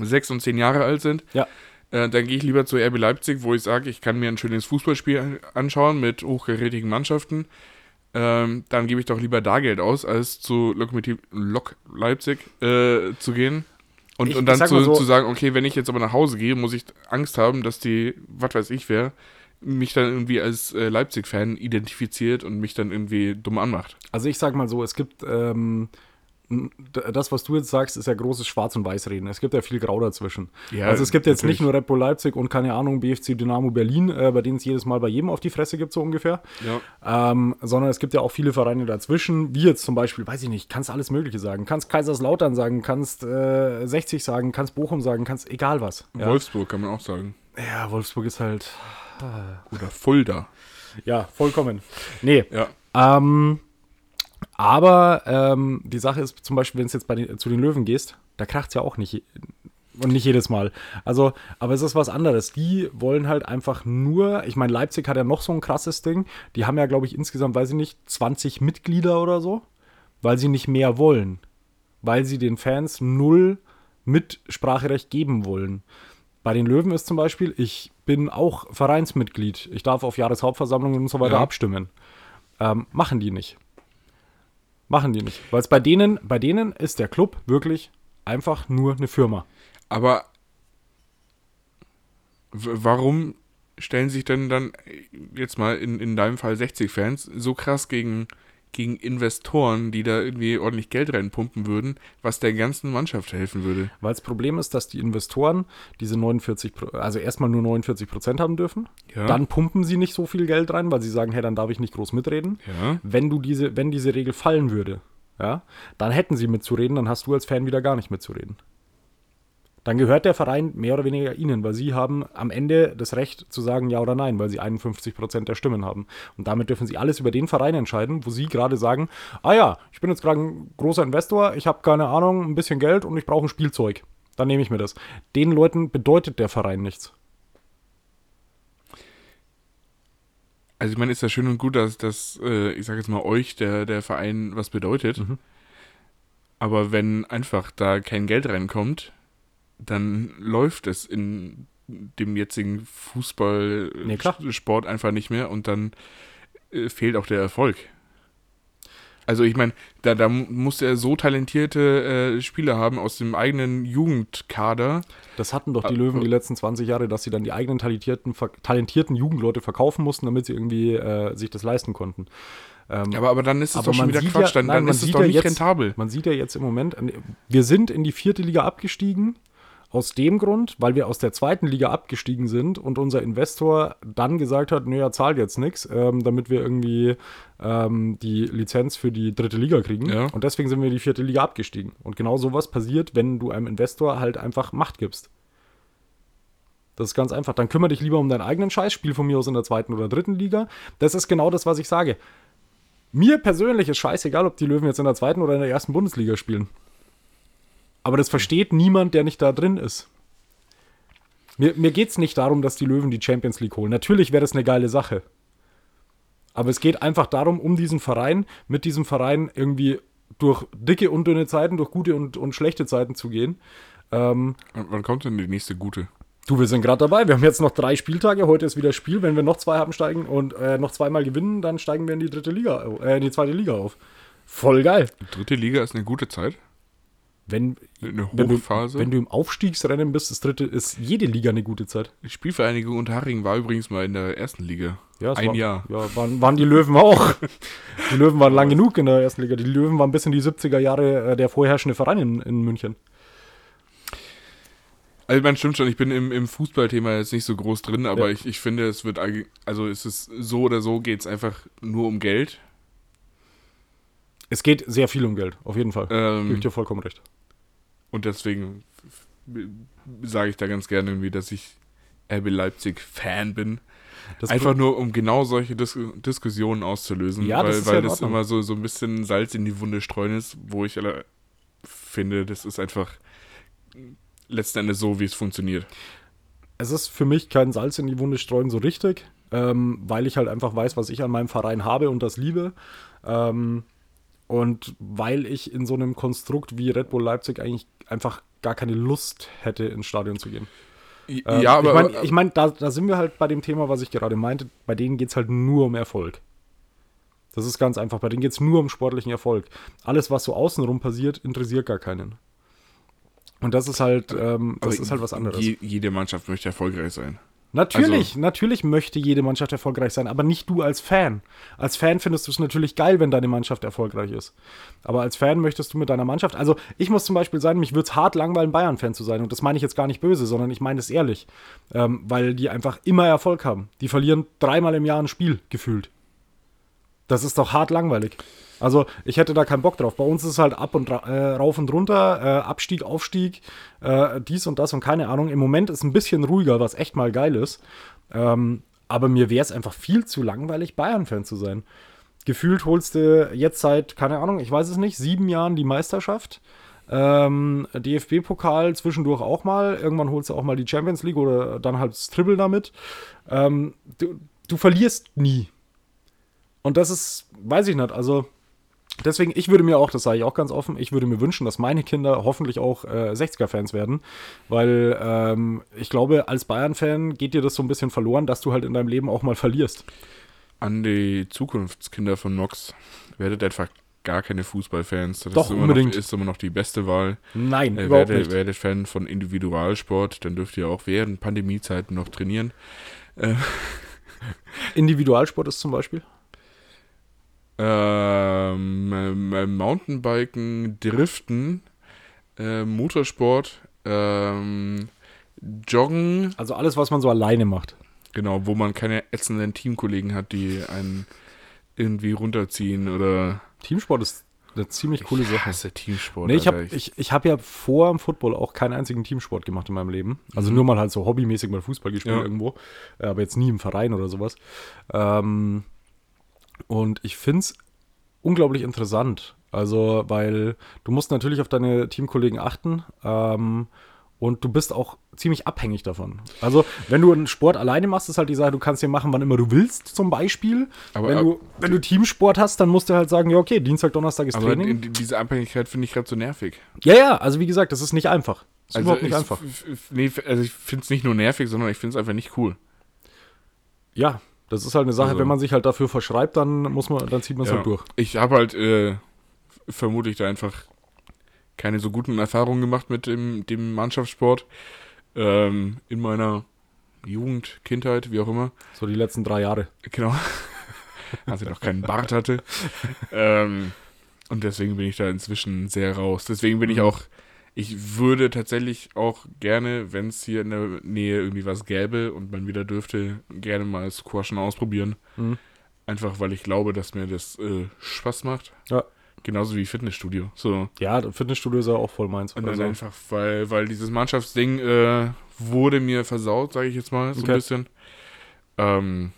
sechs und zehn Jahre alt sind,
Ja.
äh, dann gehe ich lieber zu RB Leipzig, wo ich sage, ich kann mir ein schönes Fußballspiel anschauen mit hochkarätigen Mannschaften. Ähm, dann gebe ich doch lieber da Geld aus, als zu Lokomotiv Lok Leipzig äh, zu gehen. Und,
Ich-
und
ich
dann
sag
zu,
mal so-
zu sagen, okay, wenn ich jetzt aber nach Hause gehe, muss ich Angst haben, dass die, was weiß ich wer, mich dann irgendwie als äh, Leipzig-Fan identifiziert und mich dann irgendwie dumm anmacht.
Also ich sag mal so, es gibt ähm, d- das, was du jetzt sagst, ist ja großes Schwarz- und Weiß-Reden. Es gibt ja viel Grau dazwischen.
Ja,
also es gibt jetzt
natürlich.
nicht nur Red Bull Leipzig und keine Ahnung, BFC Dynamo Berlin, äh, bei denen es jedes Mal bei jedem auf die Fresse gibt, so ungefähr.
Ja.
Ähm, sondern es gibt ja auch viele Vereine dazwischen, wie jetzt zum Beispiel, weiß ich nicht, kannst alles Mögliche sagen. Kannst Kaiserslautern sagen, kannst äh, 60 sagen, kannst Bochum sagen, kannst egal was. Ja,
Wolfsburg kann man auch sagen.
ja Wolfsburg ist halt,
Oder Fulda.
ja, vollkommen. Nee,
Ja.
Ähm, aber ähm, die Sache ist zum Beispiel, wenn es jetzt bei den, zu den Löwen gehst, da kracht's ja auch nicht. je- Und nicht jedes Mal. Also, aber es ist was anderes. Die wollen halt einfach nur, ich meine, Leipzig hat ja noch so ein krasses Ding. Die haben ja, glaube ich, insgesamt, weiß ich nicht, 20 Mitglieder oder so, weil sie nicht mehr wollen. Weil sie den Fans null Mitspracherecht geben wollen. Bei den Löwen ist zum Beispiel, ich bin auch Vereinsmitglied. Ich darf auf Jahreshauptversammlungen und so weiter
Ja.
abstimmen. Ähm, machen die nicht. Machen die nicht. Weil es bei denen, bei denen ist der Club wirklich einfach nur eine Firma.
Aber w- warum stellen sich denn dann äh, jetzt mal in, in deinem Fall 60 Fans so krass gegen, gegen Investoren, die da irgendwie ordentlich Geld reinpumpen würden, was der ganzen Mannschaft helfen würde?
Weil das Problem ist, dass die Investoren diese 49, Pro- also erstmal nur 49 Prozent haben dürfen.
Ja.
Dann pumpen sie nicht so viel Geld rein, weil sie sagen, hey, dann darf ich nicht groß mitreden.
Ja.
Wenn du diese, wenn diese Regel fallen würde, ja, dann hätten sie mitzureden, dann hast du als Fan wieder gar nicht mitzureden. Dann gehört der Verein mehr oder weniger ihnen, weil sie haben am Ende das Recht zu sagen ja oder nein, weil sie 51 Prozent der Stimmen haben. Und damit dürfen sie alles über den Verein entscheiden, wo sie gerade sagen, ah ja, ich bin jetzt gerade ein großer Investor, ich habe keine Ahnung, ein bisschen Geld und ich brauche ein Spielzeug. Dann nehme ich mir das. Den Leuten bedeutet der Verein nichts.
Also ich meine, ist ja schön und gut, dass, dass äh, ich sage jetzt mal euch, der, der Verein, was bedeutet.
Mhm.
Aber wenn einfach da kein Geld reinkommt, dann läuft es in dem jetzigen
Nee, klar.
Fußballsport einfach nicht mehr und dann äh, fehlt auch der Erfolg. Also ich meine, da, da mu- muss er so talentierte äh, Spieler haben aus dem eigenen Jugendkader.
Das hatten
Ah,
doch die
äh.
Löwen die letzten 20 Jahre, dass sie dann die eigenen talentierten, ver- talentierten Jugendleute verkaufen mussten, damit sie irgendwie äh, sich das leisten konnten.
Aber, aber dann ist es doch schon wieder
sieht
Quatsch, dann,
nein,
dann
man
ist es
sieht
doch
ja
nicht
jetzt,
rentabel.
Man sieht ja jetzt im Moment, wir sind in die vierte Liga abgestiegen, aus dem Grund, weil wir aus der zweiten Liga abgestiegen sind und unser Investor dann gesagt hat, naja, zahlt jetzt nichts, ähm, damit wir irgendwie ähm, die Lizenz für die dritte Liga kriegen.
Ja.
Und deswegen sind wir in die vierte Liga abgestiegen. Und genau sowas passiert, wenn du einem Investor halt einfach Macht gibst. Das ist ganz einfach. Dann kümmere dich lieber um deinen eigenen Scheiß. Spiel von mir aus in der zweiten oder dritten Liga. Das ist genau das, was ich sage. Mir persönlich ist scheißegal, ob die Löwen jetzt in der zweiten oder in der ersten Bundesliga spielen. Aber das versteht niemand, der nicht da drin ist. Mir, mir geht es nicht darum, dass die Löwen die Champions League holen. Natürlich wäre das eine geile Sache. Aber es geht einfach darum, um diesen Verein, mit diesem Verein irgendwie durch dicke und dünne Zeiten, durch gute und, und schlechte Zeiten zu gehen. Ähm,
W- Wann kommt denn die nächste gute?
Du, wir sind gerade dabei. Wir haben jetzt noch drei Spieltage. Heute ist wieder Spiel. Wenn wir noch zwei haben steigen und äh, noch zweimal gewinnen, dann steigen wir in die dritte Liga, äh, in die zweite Liga auf. Voll geil.
Dritte Liga ist eine gute Zeit.
Wenn,
Eine
wenn, du,
Hochphase.
wenn du im Aufstiegsrennen bist, ist dritte, ist jede Liga eine gute Zeit.
die Spielvereinigung Unterhaching war übrigens mal in der ersten Liga.
Ja, es
Ein
war,
Jahr.
Ja, waren, waren die Löwen auch. Die Löwen waren lang genug in der ersten Liga. Die Löwen waren bis in die 70er Jahre äh, der vorherrschende Verein in, in München.
Also man stimmt schon, ich bin im, im Fußballthema jetzt nicht so groß drin, aber
Ja.
ich, ich finde, es wird allge- also es ist so oder so geht es einfach nur um Geld.
Es geht sehr viel um Geld, auf jeden Fall. Gebe ich
Ähm,
dir vollkommen recht.
und deswegen sage ich da ganz gerne irgendwie, dass ich RB Leipzig Fan bin.
Das
Einfach nur, um genau solche Dis Diskussionen auszulösen,
Ja,
weil,
das ist ja
weil
in
das
Ordnung.
immer so, so ein bisschen Salz in die Wunde streuen ist, wo ich alle finde, das ist einfach letzten Endes so, wie es funktioniert.
es ist für mich kein Salz in die Wunde streuen so richtig, ähm, weil ich halt einfach weiß, was ich an meinem Verein habe und das liebe. Ähm, und weil ich in so einem Konstrukt wie Red Bull Leipzig eigentlich einfach gar keine Lust hätte, ins Stadion zu gehen. Ähm,
ja, aber
ich meine, ich mein, da, da sind wir halt bei dem Thema, was ich gerade meinte. Bei denen geht es halt nur um Erfolg. Das ist ganz einfach. Bei denen geht es nur um sportlichen Erfolg. Alles, was so außenrum passiert, interessiert gar keinen. Und das ist halt, ähm, das
aber
ist halt was anderes.
Je, jede Mannschaft möchte erfolgreich sein.
Natürlich, natürlich möchte jede Mannschaft erfolgreich sein, aber nicht du als Fan. Als Fan findest du es natürlich geil, wenn deine Mannschaft erfolgreich ist. Aber als Fan möchtest du mit deiner Mannschaft. Also, ich muss zum Beispiel sagen, mich würde es hart langweilen, Bayern-Fan zu sein. Und das meine ich jetzt gar nicht böse, sondern ich meine es ehrlich. Ähm, weil die einfach immer Erfolg haben. Die verlieren dreimal im Jahr ein Spiel gefühlt. Das ist doch hart langweilig. Also ich hätte da keinen Bock drauf. Bei uns ist es halt ab und ra äh, rauf und runter, äh, Abstieg, Aufstieg, äh, dies und das und keine Ahnung. Im Moment ist ein bisschen ruhiger, was echt mal geil ist. Ähm, aber mir wäre es einfach viel zu langweilig, Bayern-Fan zu sein. Gefühlt holst du jetzt seit, keine Ahnung, ich weiß es nicht, sieben Jahren die Meisterschaft. Ähm, DFB-Pokal zwischendurch auch mal. Irgendwann holst du auch mal die Champions League oder dann halt das Triple damit. Ähm, du, du verlierst nie. Und das ist, weiß ich nicht, also deswegen, ich würde mir auch, das sage ich auch ganz offen, ich würde mir wünschen, dass meine Kinder hoffentlich auch äh, 60er-Fans werden, weil ähm, ich glaube, als Bayern-Fan geht dir das so ein bisschen verloren, dass du halt in deinem Leben auch mal verlierst.
An die Zukunftskinder von Nox werdet etwa gar keine Fußballfans. Das
Doch,
ist immer
unbedingt.
Noch, ist immer noch die beste Wahl.
Nein,
Äh,
überhaupt
werdet,
nicht.
werdet Fan von Individualsport, dann dürft ihr auch während Pandemiezeiten noch trainieren.
Individualsport ist zum Beispiel.
Ähm, ähm, ähm, Mountainbiken, Driften, äh, Motorsport, ähm, Joggen,
Also alles, was man so alleine macht.
genau, wo man keine ätzenden Teamkollegen hat, die einen irgendwie runterziehen oder.
Teamsport ist eine ziemlich coole
Ich
Sache.
hasse Teamsport.
Nee, ich habe
Alter.
ich, ich hab ja vor dem Football auch keinen einzigen Teamsport gemacht in meinem Leben. Also nur mal halt so hobbymäßig mal Fußball gespielt
Mhm. Ja.
irgendwo. Äh, Aber jetzt nie im Verein oder sowas. Ähm, und ich finde es unglaublich interessant. Also, weil du musst natürlich auf deine Teamkollegen achten. Ähm, und du bist auch ziemlich abhängig davon. Also, wenn du einen Sport alleine machst, ist halt die Sache, du kannst den machen, wann immer du willst, zum Beispiel.
Aber-
wenn, du, wenn du Teamsport hast, dann musst du halt sagen, ja, okay, Dienstag, Donnerstag ist
aber
Training.
in- diese Abhängigkeit finde ich gerade so nervig.
Ja, ja, also wie gesagt, das ist nicht einfach. Ist überhaupt nicht
Also ich-
einfach.
f- f- Nee, f- also ich finde es nicht nur nervig, sondern ich finde es einfach nicht cool.
Ja, das ist halt eine Sache,
Also-
wenn man sich halt dafür verschreibt, dann muss man, dann zieht man es
Ja.
halt durch.
Ich habe halt äh, f- vermutlich da einfach keine so guten Erfahrungen gemacht mit dem, dem Mannschaftssport ähm, in meiner Jugend, Kindheit, wie auch immer.
So die letzten drei Jahre.
Genau. Als ich noch keinen Bart hatte. ähm, und deswegen bin ich da inzwischen sehr raus. Deswegen bin ich auch, ich würde tatsächlich auch gerne, wenn es hier in der Nähe irgendwie was gäbe und man wieder dürfte, gerne mal Squashen ausprobieren.
Mhm.
Einfach weil ich glaube, dass mir das äh, Spaß macht.
Ja.
Genauso wie Fitnessstudio. So.
Ja, das Fitnessstudio ist ja auch voll meins.
Und dann
Also,
Äh, einfach, weil, weil dieses Mannschaftsding äh, wurde mir versaut, sage ich jetzt mal, so
Okay.
ein bisschen. Ähm,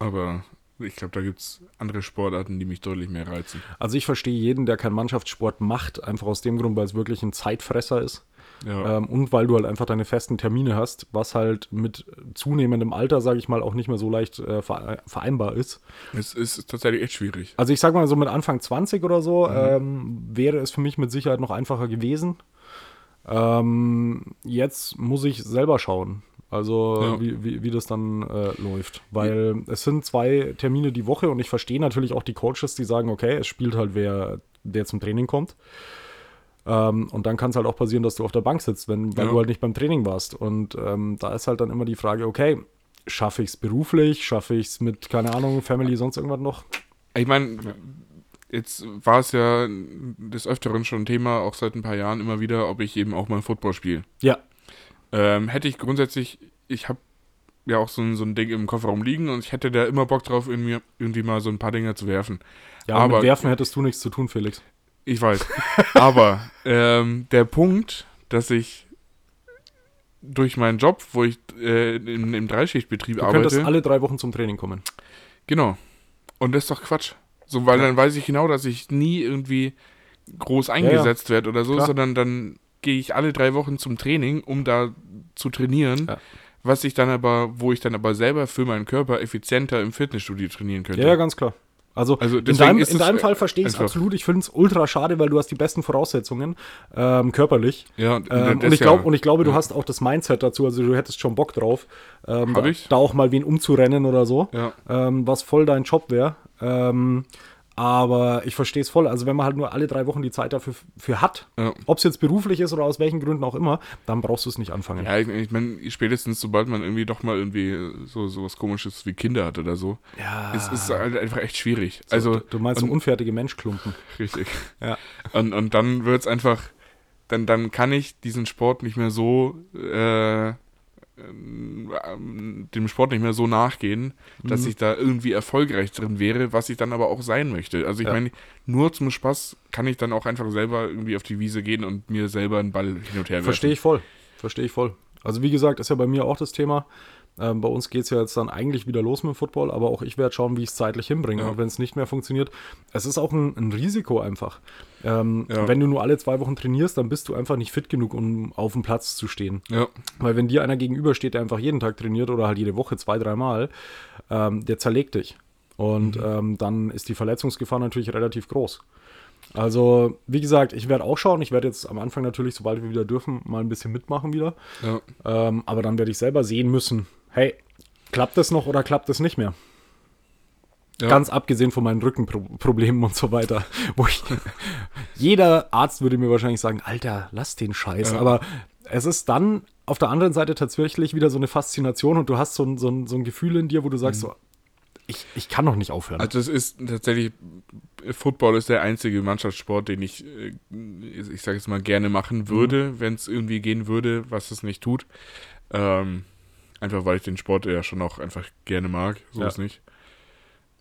aber ich glaube, da gibt es andere Sportarten, die mich deutlich mehr reizen.
also ich verstehe jeden, der keinen Mannschaftssport macht, einfach aus dem Grund, weil es wirklich ein Zeitfresser ist.
Ja,
Ähm, und weil du halt einfach deine festen Termine hast, was halt mit zunehmendem Alter, sage ich mal, auch nicht mehr so leicht äh, vere- vereinbar ist.
es ist tatsächlich echt schwierig.
Also ich sag mal so mit Anfang 20 oder so
Mhm.
ähm, wäre es für mich mit Sicherheit noch einfacher gewesen. Ähm, jetzt muss ich selber schauen, also
Ja.
wie, wie, wie das dann äh, läuft. Weil es sind zwei Termine die Woche und ich verstehe natürlich auch die Coaches, die sagen, okay, es spielt halt wer, der zum Training kommt. Ähm, und dann kann es halt auch passieren, dass du auf der Bank sitzt, wenn, weil
Ja.
du halt nicht beim Training warst. Und ähm, da ist halt dann immer die Frage, okay, schaffe ich es beruflich, schaffe ich es mit, keine Ahnung, Family, sonst irgendwas noch?
Ich meine, jetzt war es ja des Öfteren schon Thema, auch seit ein paar Jahren immer wieder, ob ich eben auch mal Football spiele.
Ja,
Ähm, hätte ich grundsätzlich, ich habe ja auch so ein, so ein Ding im Kofferraum liegen und ich hätte da immer Bock drauf, in mir irgendwie mal so ein paar Dinger zu werfen.
Ja, aber mit
Aber-
Werfen hättest du nichts zu tun, Felix.
Ich weiß. Aber ähm, der Punkt, dass ich durch meinen Job, wo ich äh, in, im Dreischichtbetrieb
Du könntest
arbeite,
alle drei Wochen zum Training kommen.
genau. Und das ist doch Quatsch. So, weil
Ja.
dann weiß ich genau, dass ich nie irgendwie groß
ja.
eingesetzt werde oder so,
Klar.
sondern dann gehe ich alle drei Wochen zum Training, um da zu trainieren,
Ja.
was ich dann aber, wo ich dann aber selber für meinen Körper effizienter im Fitnessstudio trainieren könnte.
Ja, ja, ganz klar. Also,
Also
in
deswegen
deinem,
ist
in
es,
deinem
äh,
Fall verstehe ich es
einfach-
absolut. Ich finde es ultra schade, weil du hast die besten Voraussetzungen ähm, körperlich.
äh, Ja,
Ähm,
das
und, ich
ja-
glaub, und ich glaube, du
ja.
hast auch das Mindset dazu. Also du hättest schon Bock drauf, ähm,
Hab
da,
ich.
da auch mal wen umzurennen oder so,
Ja.
ähm, was voll dein Job wäre. Ähm, Aber ich verstehe es voll. Also, wenn man halt nur alle drei Wochen die Zeit dafür für hat,
Ja.
ob es jetzt beruflich ist oder aus welchen Gründen auch immer, dann brauchst du es nicht anfangen.
Ja, ich, ich meine, spätestens sobald man irgendwie doch mal irgendwie so, so was komisches wie Kinder hat oder so,
Ja.
es ist halt einfach echt schwierig. also,
du, du meinst so unfertige Menschklumpen.
richtig.
Ja.
Und, und dann wird's einfach, dann, dann kann ich diesen Sport nicht mehr so, äh, ähm, dem Sport nicht mehr so nachgehen, dass
Mhm.
ich da irgendwie erfolgreich drin wäre, was ich dann aber auch sein möchte. Also ich
Ja.
meine, nur zum Spaß kann ich dann auch einfach selber irgendwie auf die Wiese gehen und mir selber einen Ball hin und her werfen.
Verstehe ich voll. Verstehe ich voll. Also, wie gesagt, ist ja bei mir auch das Thema. Ähm, bei uns geht es ja jetzt dann eigentlich wieder los mit dem Football, aber auch ich werde schauen, wie ich es zeitlich hinbringe.
Ja.
Und wenn es nicht mehr funktioniert, es ist auch ein, ein Risiko einfach. Ähm,
Ja.
Wenn du nur alle zwei Wochen trainierst, dann bist du einfach nicht fit genug, um auf dem Platz zu stehen.
Ja,
Weil wenn dir einer gegenübersteht, der einfach jeden Tag trainiert oder halt jede Woche zwei, dreimal, ähm, der zerlegt dich. Und ähm, dann ist die Verletzungsgefahr natürlich relativ groß. Also, wie gesagt, ich werde auch schauen. Ich werde jetzt am Anfang natürlich, sobald wir wieder dürfen, mal ein bisschen mitmachen wieder.
ja.
Ähm, aber dann werde ich selber sehen müssen, hey, klappt das noch oder klappt das nicht mehr?
Ja.
Ganz abgesehen von meinen Rückenproblemen und so weiter. Wo ich, jeder Arzt würde mir wahrscheinlich sagen, Alter, lass den Scheiß.
Ja.
Aber es ist dann auf der anderen Seite tatsächlich wieder so eine Faszination und du hast so ein, so ein, so ein Gefühl in dir, wo du sagst, so, ich, ich kann noch nicht aufhören.
Mhm. Also es ist tatsächlich, Football ist der einzige Mannschaftssport, den ich, äh, ich sage jetzt mal, gerne machen würde,
Mhm.
wenn es irgendwie gehen würde, was es nicht tut. Ähm, einfach weil ich den Sport ja schon auch einfach gerne mag, so
Ja.
ist nicht.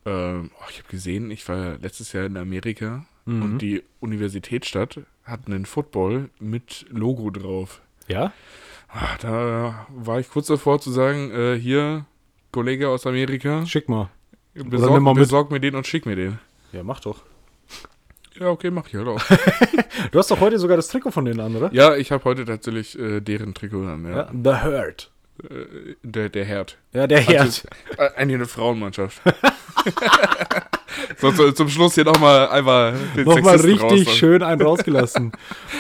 Ähm, oh, ich habe gesehen, ich war letztes Jahr in Amerika
Mhm.
und die Universitätsstadt hat einen Football mit Logo drauf.
ja?
Ah, da war ich kurz davor zu sagen, äh, hier, Kollege aus Amerika,
Schick mal. nimm mal
besorg,
mit.
besorg mir den und schick mir den.
Ja, mach doch.
Ja, okay, mach ich halt auch.
Du hast doch heute sogar das Trikot von denen an, oder?
ja, ich habe heute tatsächlich äh, deren Trikot an, ja.
The Hurt.
Äh, der, der Herd.
Ja, der Herd.
Also, äh, eigentlich eine Frauenmannschaft. so, so, zum Schluss hier nochmal einmal den
Nochmal
Sexisten
richtig
raus.
schön einen rausgelassen.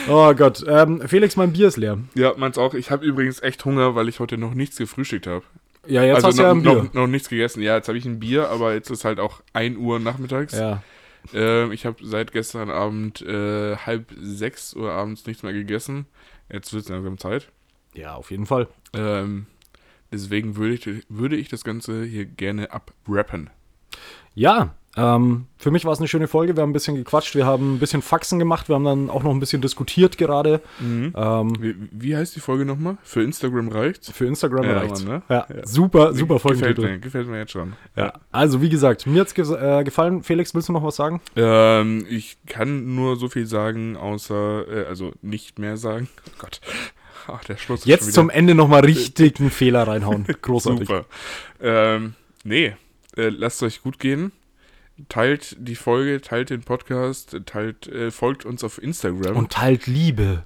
oh Gott. Ähm, Felix, mein Bier ist leer.
Ja, meins auch. Ich habe übrigens echt Hunger, weil ich heute noch nichts gefrühstückt habe.
Ja, jetzt
also
hast du ja
noch,
ein Bier.
Noch, noch nichts gegessen. Ja, jetzt habe ich ein Bier, aber jetzt ist halt auch 1 Uhr nachmittags.
ja.
Ähm, ich habe seit gestern Abend äh, halb sechs Uhr abends nichts mehr gegessen. Jetzt wird es langsam Zeit.
ja, auf jeden Fall.
Ähm, deswegen würde ich, würde ich das Ganze hier gerne abrappen.
Ja, ähm, für mich war es eine schöne Folge. Wir haben ein bisschen gequatscht, wir haben ein bisschen Faxen gemacht, wir haben dann auch noch ein bisschen diskutiert gerade. Ähm,
Wie, wie heißt die Folge nochmal? Für Instagram reicht's?
für Instagram
Ja,
reicht's.
Mann, ne?
ja,
Ja.
super, super
Gefällt
Folgentitel.
mir, gefällt mir jetzt schon.
Ja. Also, wie gesagt, mir hat's ge äh, gefallen. Felix, willst du noch was sagen?
Ähm, ich kann nur so viel sagen, außer, äh, also nicht mehr sagen. Oh Gott. Ach, der Schluss ist
Jetzt
schon
zum Ende nochmal richtig einen Fehler reinhauen.
wieder
Großartig.
super. Ähm, nee, äh, lasst euch gut gehen. Teilt die Folge, teilt den Podcast, teilt, äh, folgt uns auf Instagram.
Und teilt Liebe.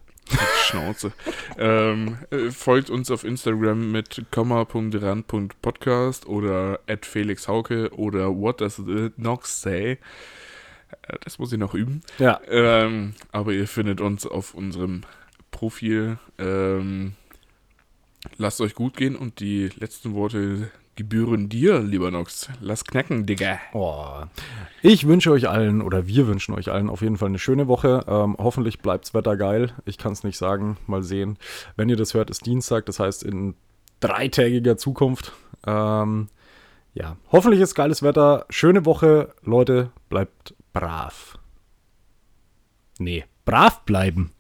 Schnauze. ähm, äh, folgt uns auf Instagram mit komma.rand.podcast oder at Felix Hauke oder what does it noch say? Äh, Das muss ich noch üben.
Ja,
Ähm, aber ihr findet uns auf unserem Profil. Ähm, lasst euch gut gehen und die letzten Worte gebühren dir, lieber Nox. Lass knacken, Digga.
Oh. Ich wünsche euch allen oder wir wünschen euch allen auf jeden Fall eine schöne Woche. Ähm, hoffentlich bleibt's Wetter geil. Ich kann's nicht sagen. Mal sehen. Wenn ihr das hört, ist Dienstag, das heißt in dreitägiger Zukunft. Ähm, ja, hoffentlich ist geiles Wetter. Schöne Woche. Leute, bleibt brav. Nee, brav bleiben.